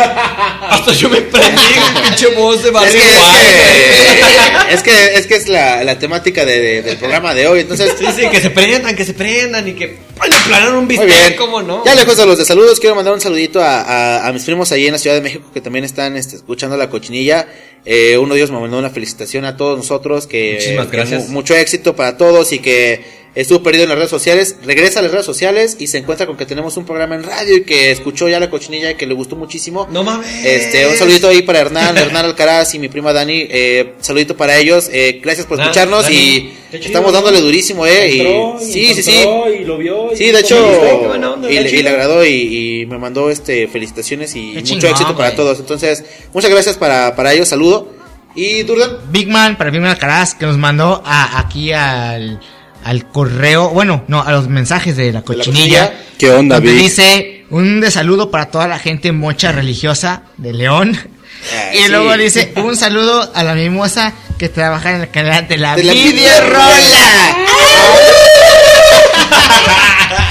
Hasta yo me prendí con pinche voz de
Es
Barrio
que,
Guay, güey.
es, que, es que es que es la, la temática de- de- del programa de hoy. Entonces,
Sí, sí, que se prendan, que se prendan y que van a planar un
Muy bien.
bistec, ¿cómo no?
Ya lejos de los de saludos, quiero mandar un saludito a, a- a mis primos ahí en la Ciudad de México que también están este, escuchando la cochinilla. Eh, uno de ellos me mandó una felicitación a todos nosotros. Que,
Muchísimas
que
gracias.
mu- mucho éxito para todos y que estuvo perdido en las redes sociales. Regresa a las redes sociales y se encuentra con que tenemos un programa en radio y que escuchó ya la cochinilla y que le gustó muchísimo.
No mames.
Este,
Eh.
un saludito ahí para Hernán, Hernán Alcaraz y mi prima Dani. Eh, saludito para ellos. Eh, gracias por
Ah,
Dan-
escucharnos
Dani,
y
qué chido,
estamos
¿no?
dándole durísimo, eh.
Entró
y,
y
sí, sí, sí.
encontró Y lo vio. y
Sí, de
dijo, "Me gustó, qué
hecho,
buena onda,
y,
qué
le, y
chido".
le agradó y, y me mandó este felicitaciones y
Qué
mucho
chingón,
éxito para
güey.
todos. Entonces, muchas gracias para, para ellos, saludo. Y Durdan,
Big Man, para Big Man Alcaraz, que nos mandó a, aquí al, al correo, bueno, no, a los mensajes de la cochinilla.
cochinilla.
¿Qué onda,
donde
Vic?
dice un de saludo para toda la gente mocha religiosa de León.
Ah,
y
sí.
luego dice un saludo a la mimosa que trabaja en el canal de la,
de la
Video
videorola.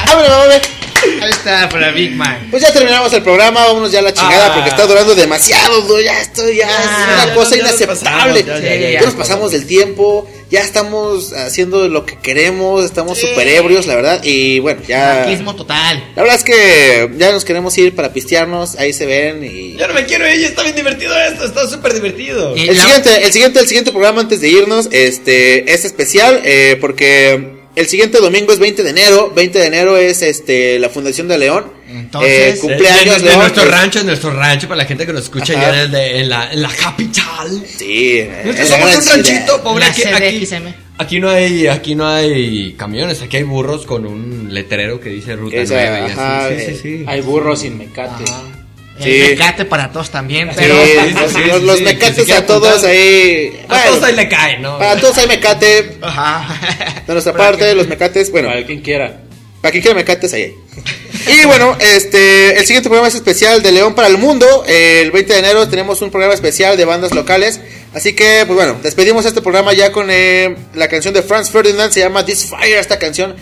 Ábrele, ábrele.
Ahí está, para Big Man.
Pues ya terminamos el programa, vámonos ya a la chingada
Ah.
porque está durando demasiado, du- ya estoy, ya
Ah,
es una
ya,
cosa
ya nos
inaceptable.
pasamos,
ya, ya,
Ya
ya.
nos pasamos del tiempo, ya estamos haciendo lo que queremos, estamos
Sí.
super ebrios, la verdad. Y bueno, ya.
Anarquismo total.
La verdad es que ya nos queremos ir para pistearnos, ahí se ven y...
Yo no me quiero ir, está bien divertido esto, está súper divertido.
Y
El
la-
siguiente, el siguiente, el siguiente programa antes de irnos, este, es especial, eh, porque el siguiente domingo es 20 de enero, 20 de enero es este, la Fundación de León,
Entonces,
Eh, cumpleaños,
de, de
León,
nuestro
pues.
rancho, en nuestro rancho, para la gente que nos escucha
Ajá.
allá en, el de- en la, en la capital.
Sí, eh,
Nosotros
la
somos
gran
un
ciudad.
ranchito, pobre.
La
Aquí, aquí,
CDXM.
aquí no hay, aquí no hay camiones, aquí hay burros con un letrero que dice ruta
Esa,
nueva y así.
ajá,
sí,
eh,
sí, sí.
Hay burros sin mecate.
el
Sí.
eh, mecate para todos también,
Sí,
pero
los,
sí, sí,
los- los
sí, que
mecates
se
a todos
apuntar.
ahí.
A todos
bueno,
ahí le caen, ¿no?
Para todos hay mecate, de
Ajá.
nuestra parte, los mecates, bueno.
Para quien quiera.
Para quien quiera mecates, ahí hay. Y bueno, este, el siguiente programa es especial de León para el Mundo. El 20 de enero tenemos un programa especial de bandas locales. Así que, pues bueno, despedimos este programa ya con eh, la canción de Franz Ferdinand. Se llama This Fire. Esta canción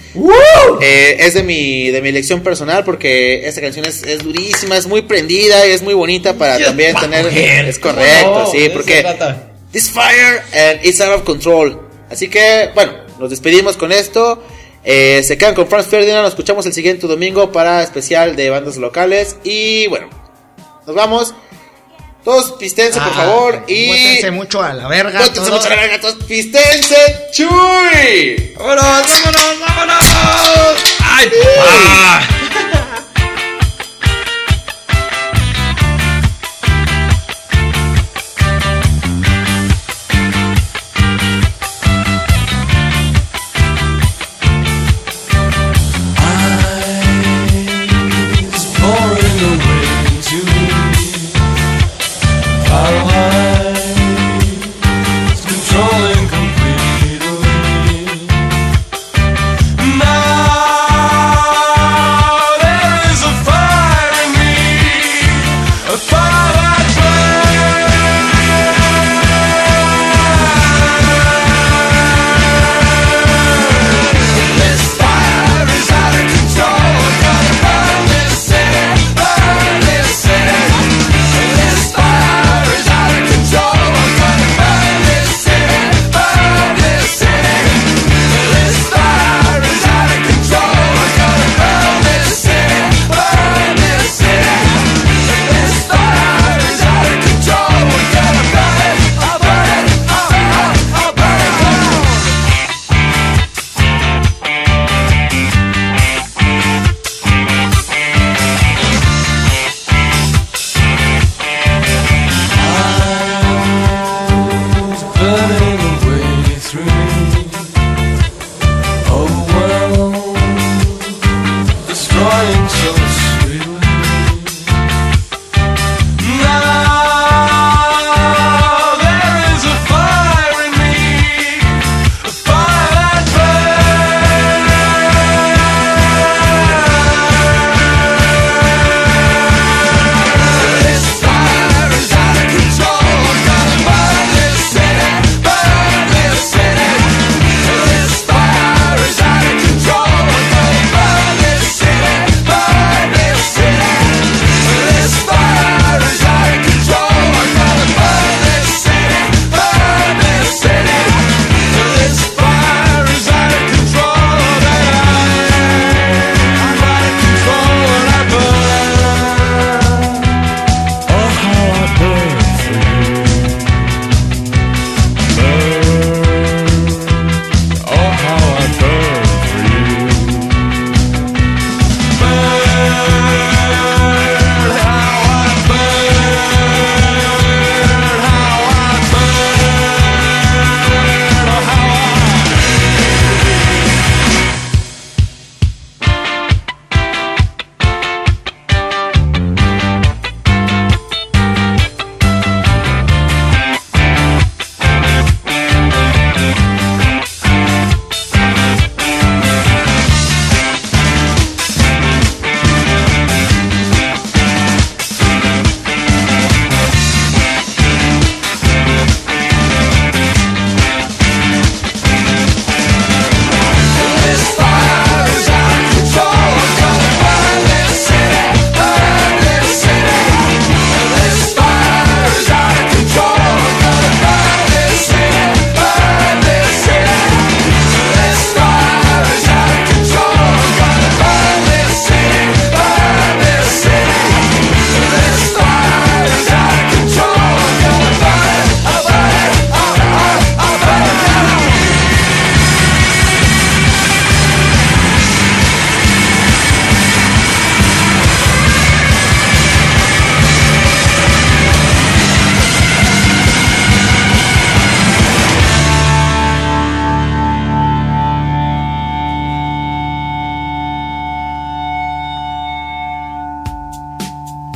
eh, es de mi, de mi elección personal porque esta canción es, es durísima, es muy prendida y es muy bonita para
Y es
también
pa'
tener.
coger,
es
¿cómo
correcto,
no? De
sí,
eso
porque.
trata.
This fire and it's out of control. Así que, bueno, nos despedimos con esto. Eh, se quedan con Franz Ferdinand. Nos escuchamos el siguiente domingo para especial de bandas locales. Y bueno, nos vamos. Todos pistense, por
Ah,
favor. Y.
cuídense mucho a la verga.
Cuéntense
todos.
mucho la verga, todos pistense. ¡Chuy!
¡Vámonos, vámonos, vámonos! ¡Ay, ah, papá!
Controlling completely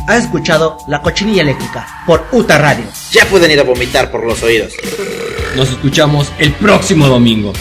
Has escuchado La Cochinilla Eléctrica por Uta Radio.
Ya pueden ir a vomitar por los oídos.
Nos escuchamos el próximo domingo.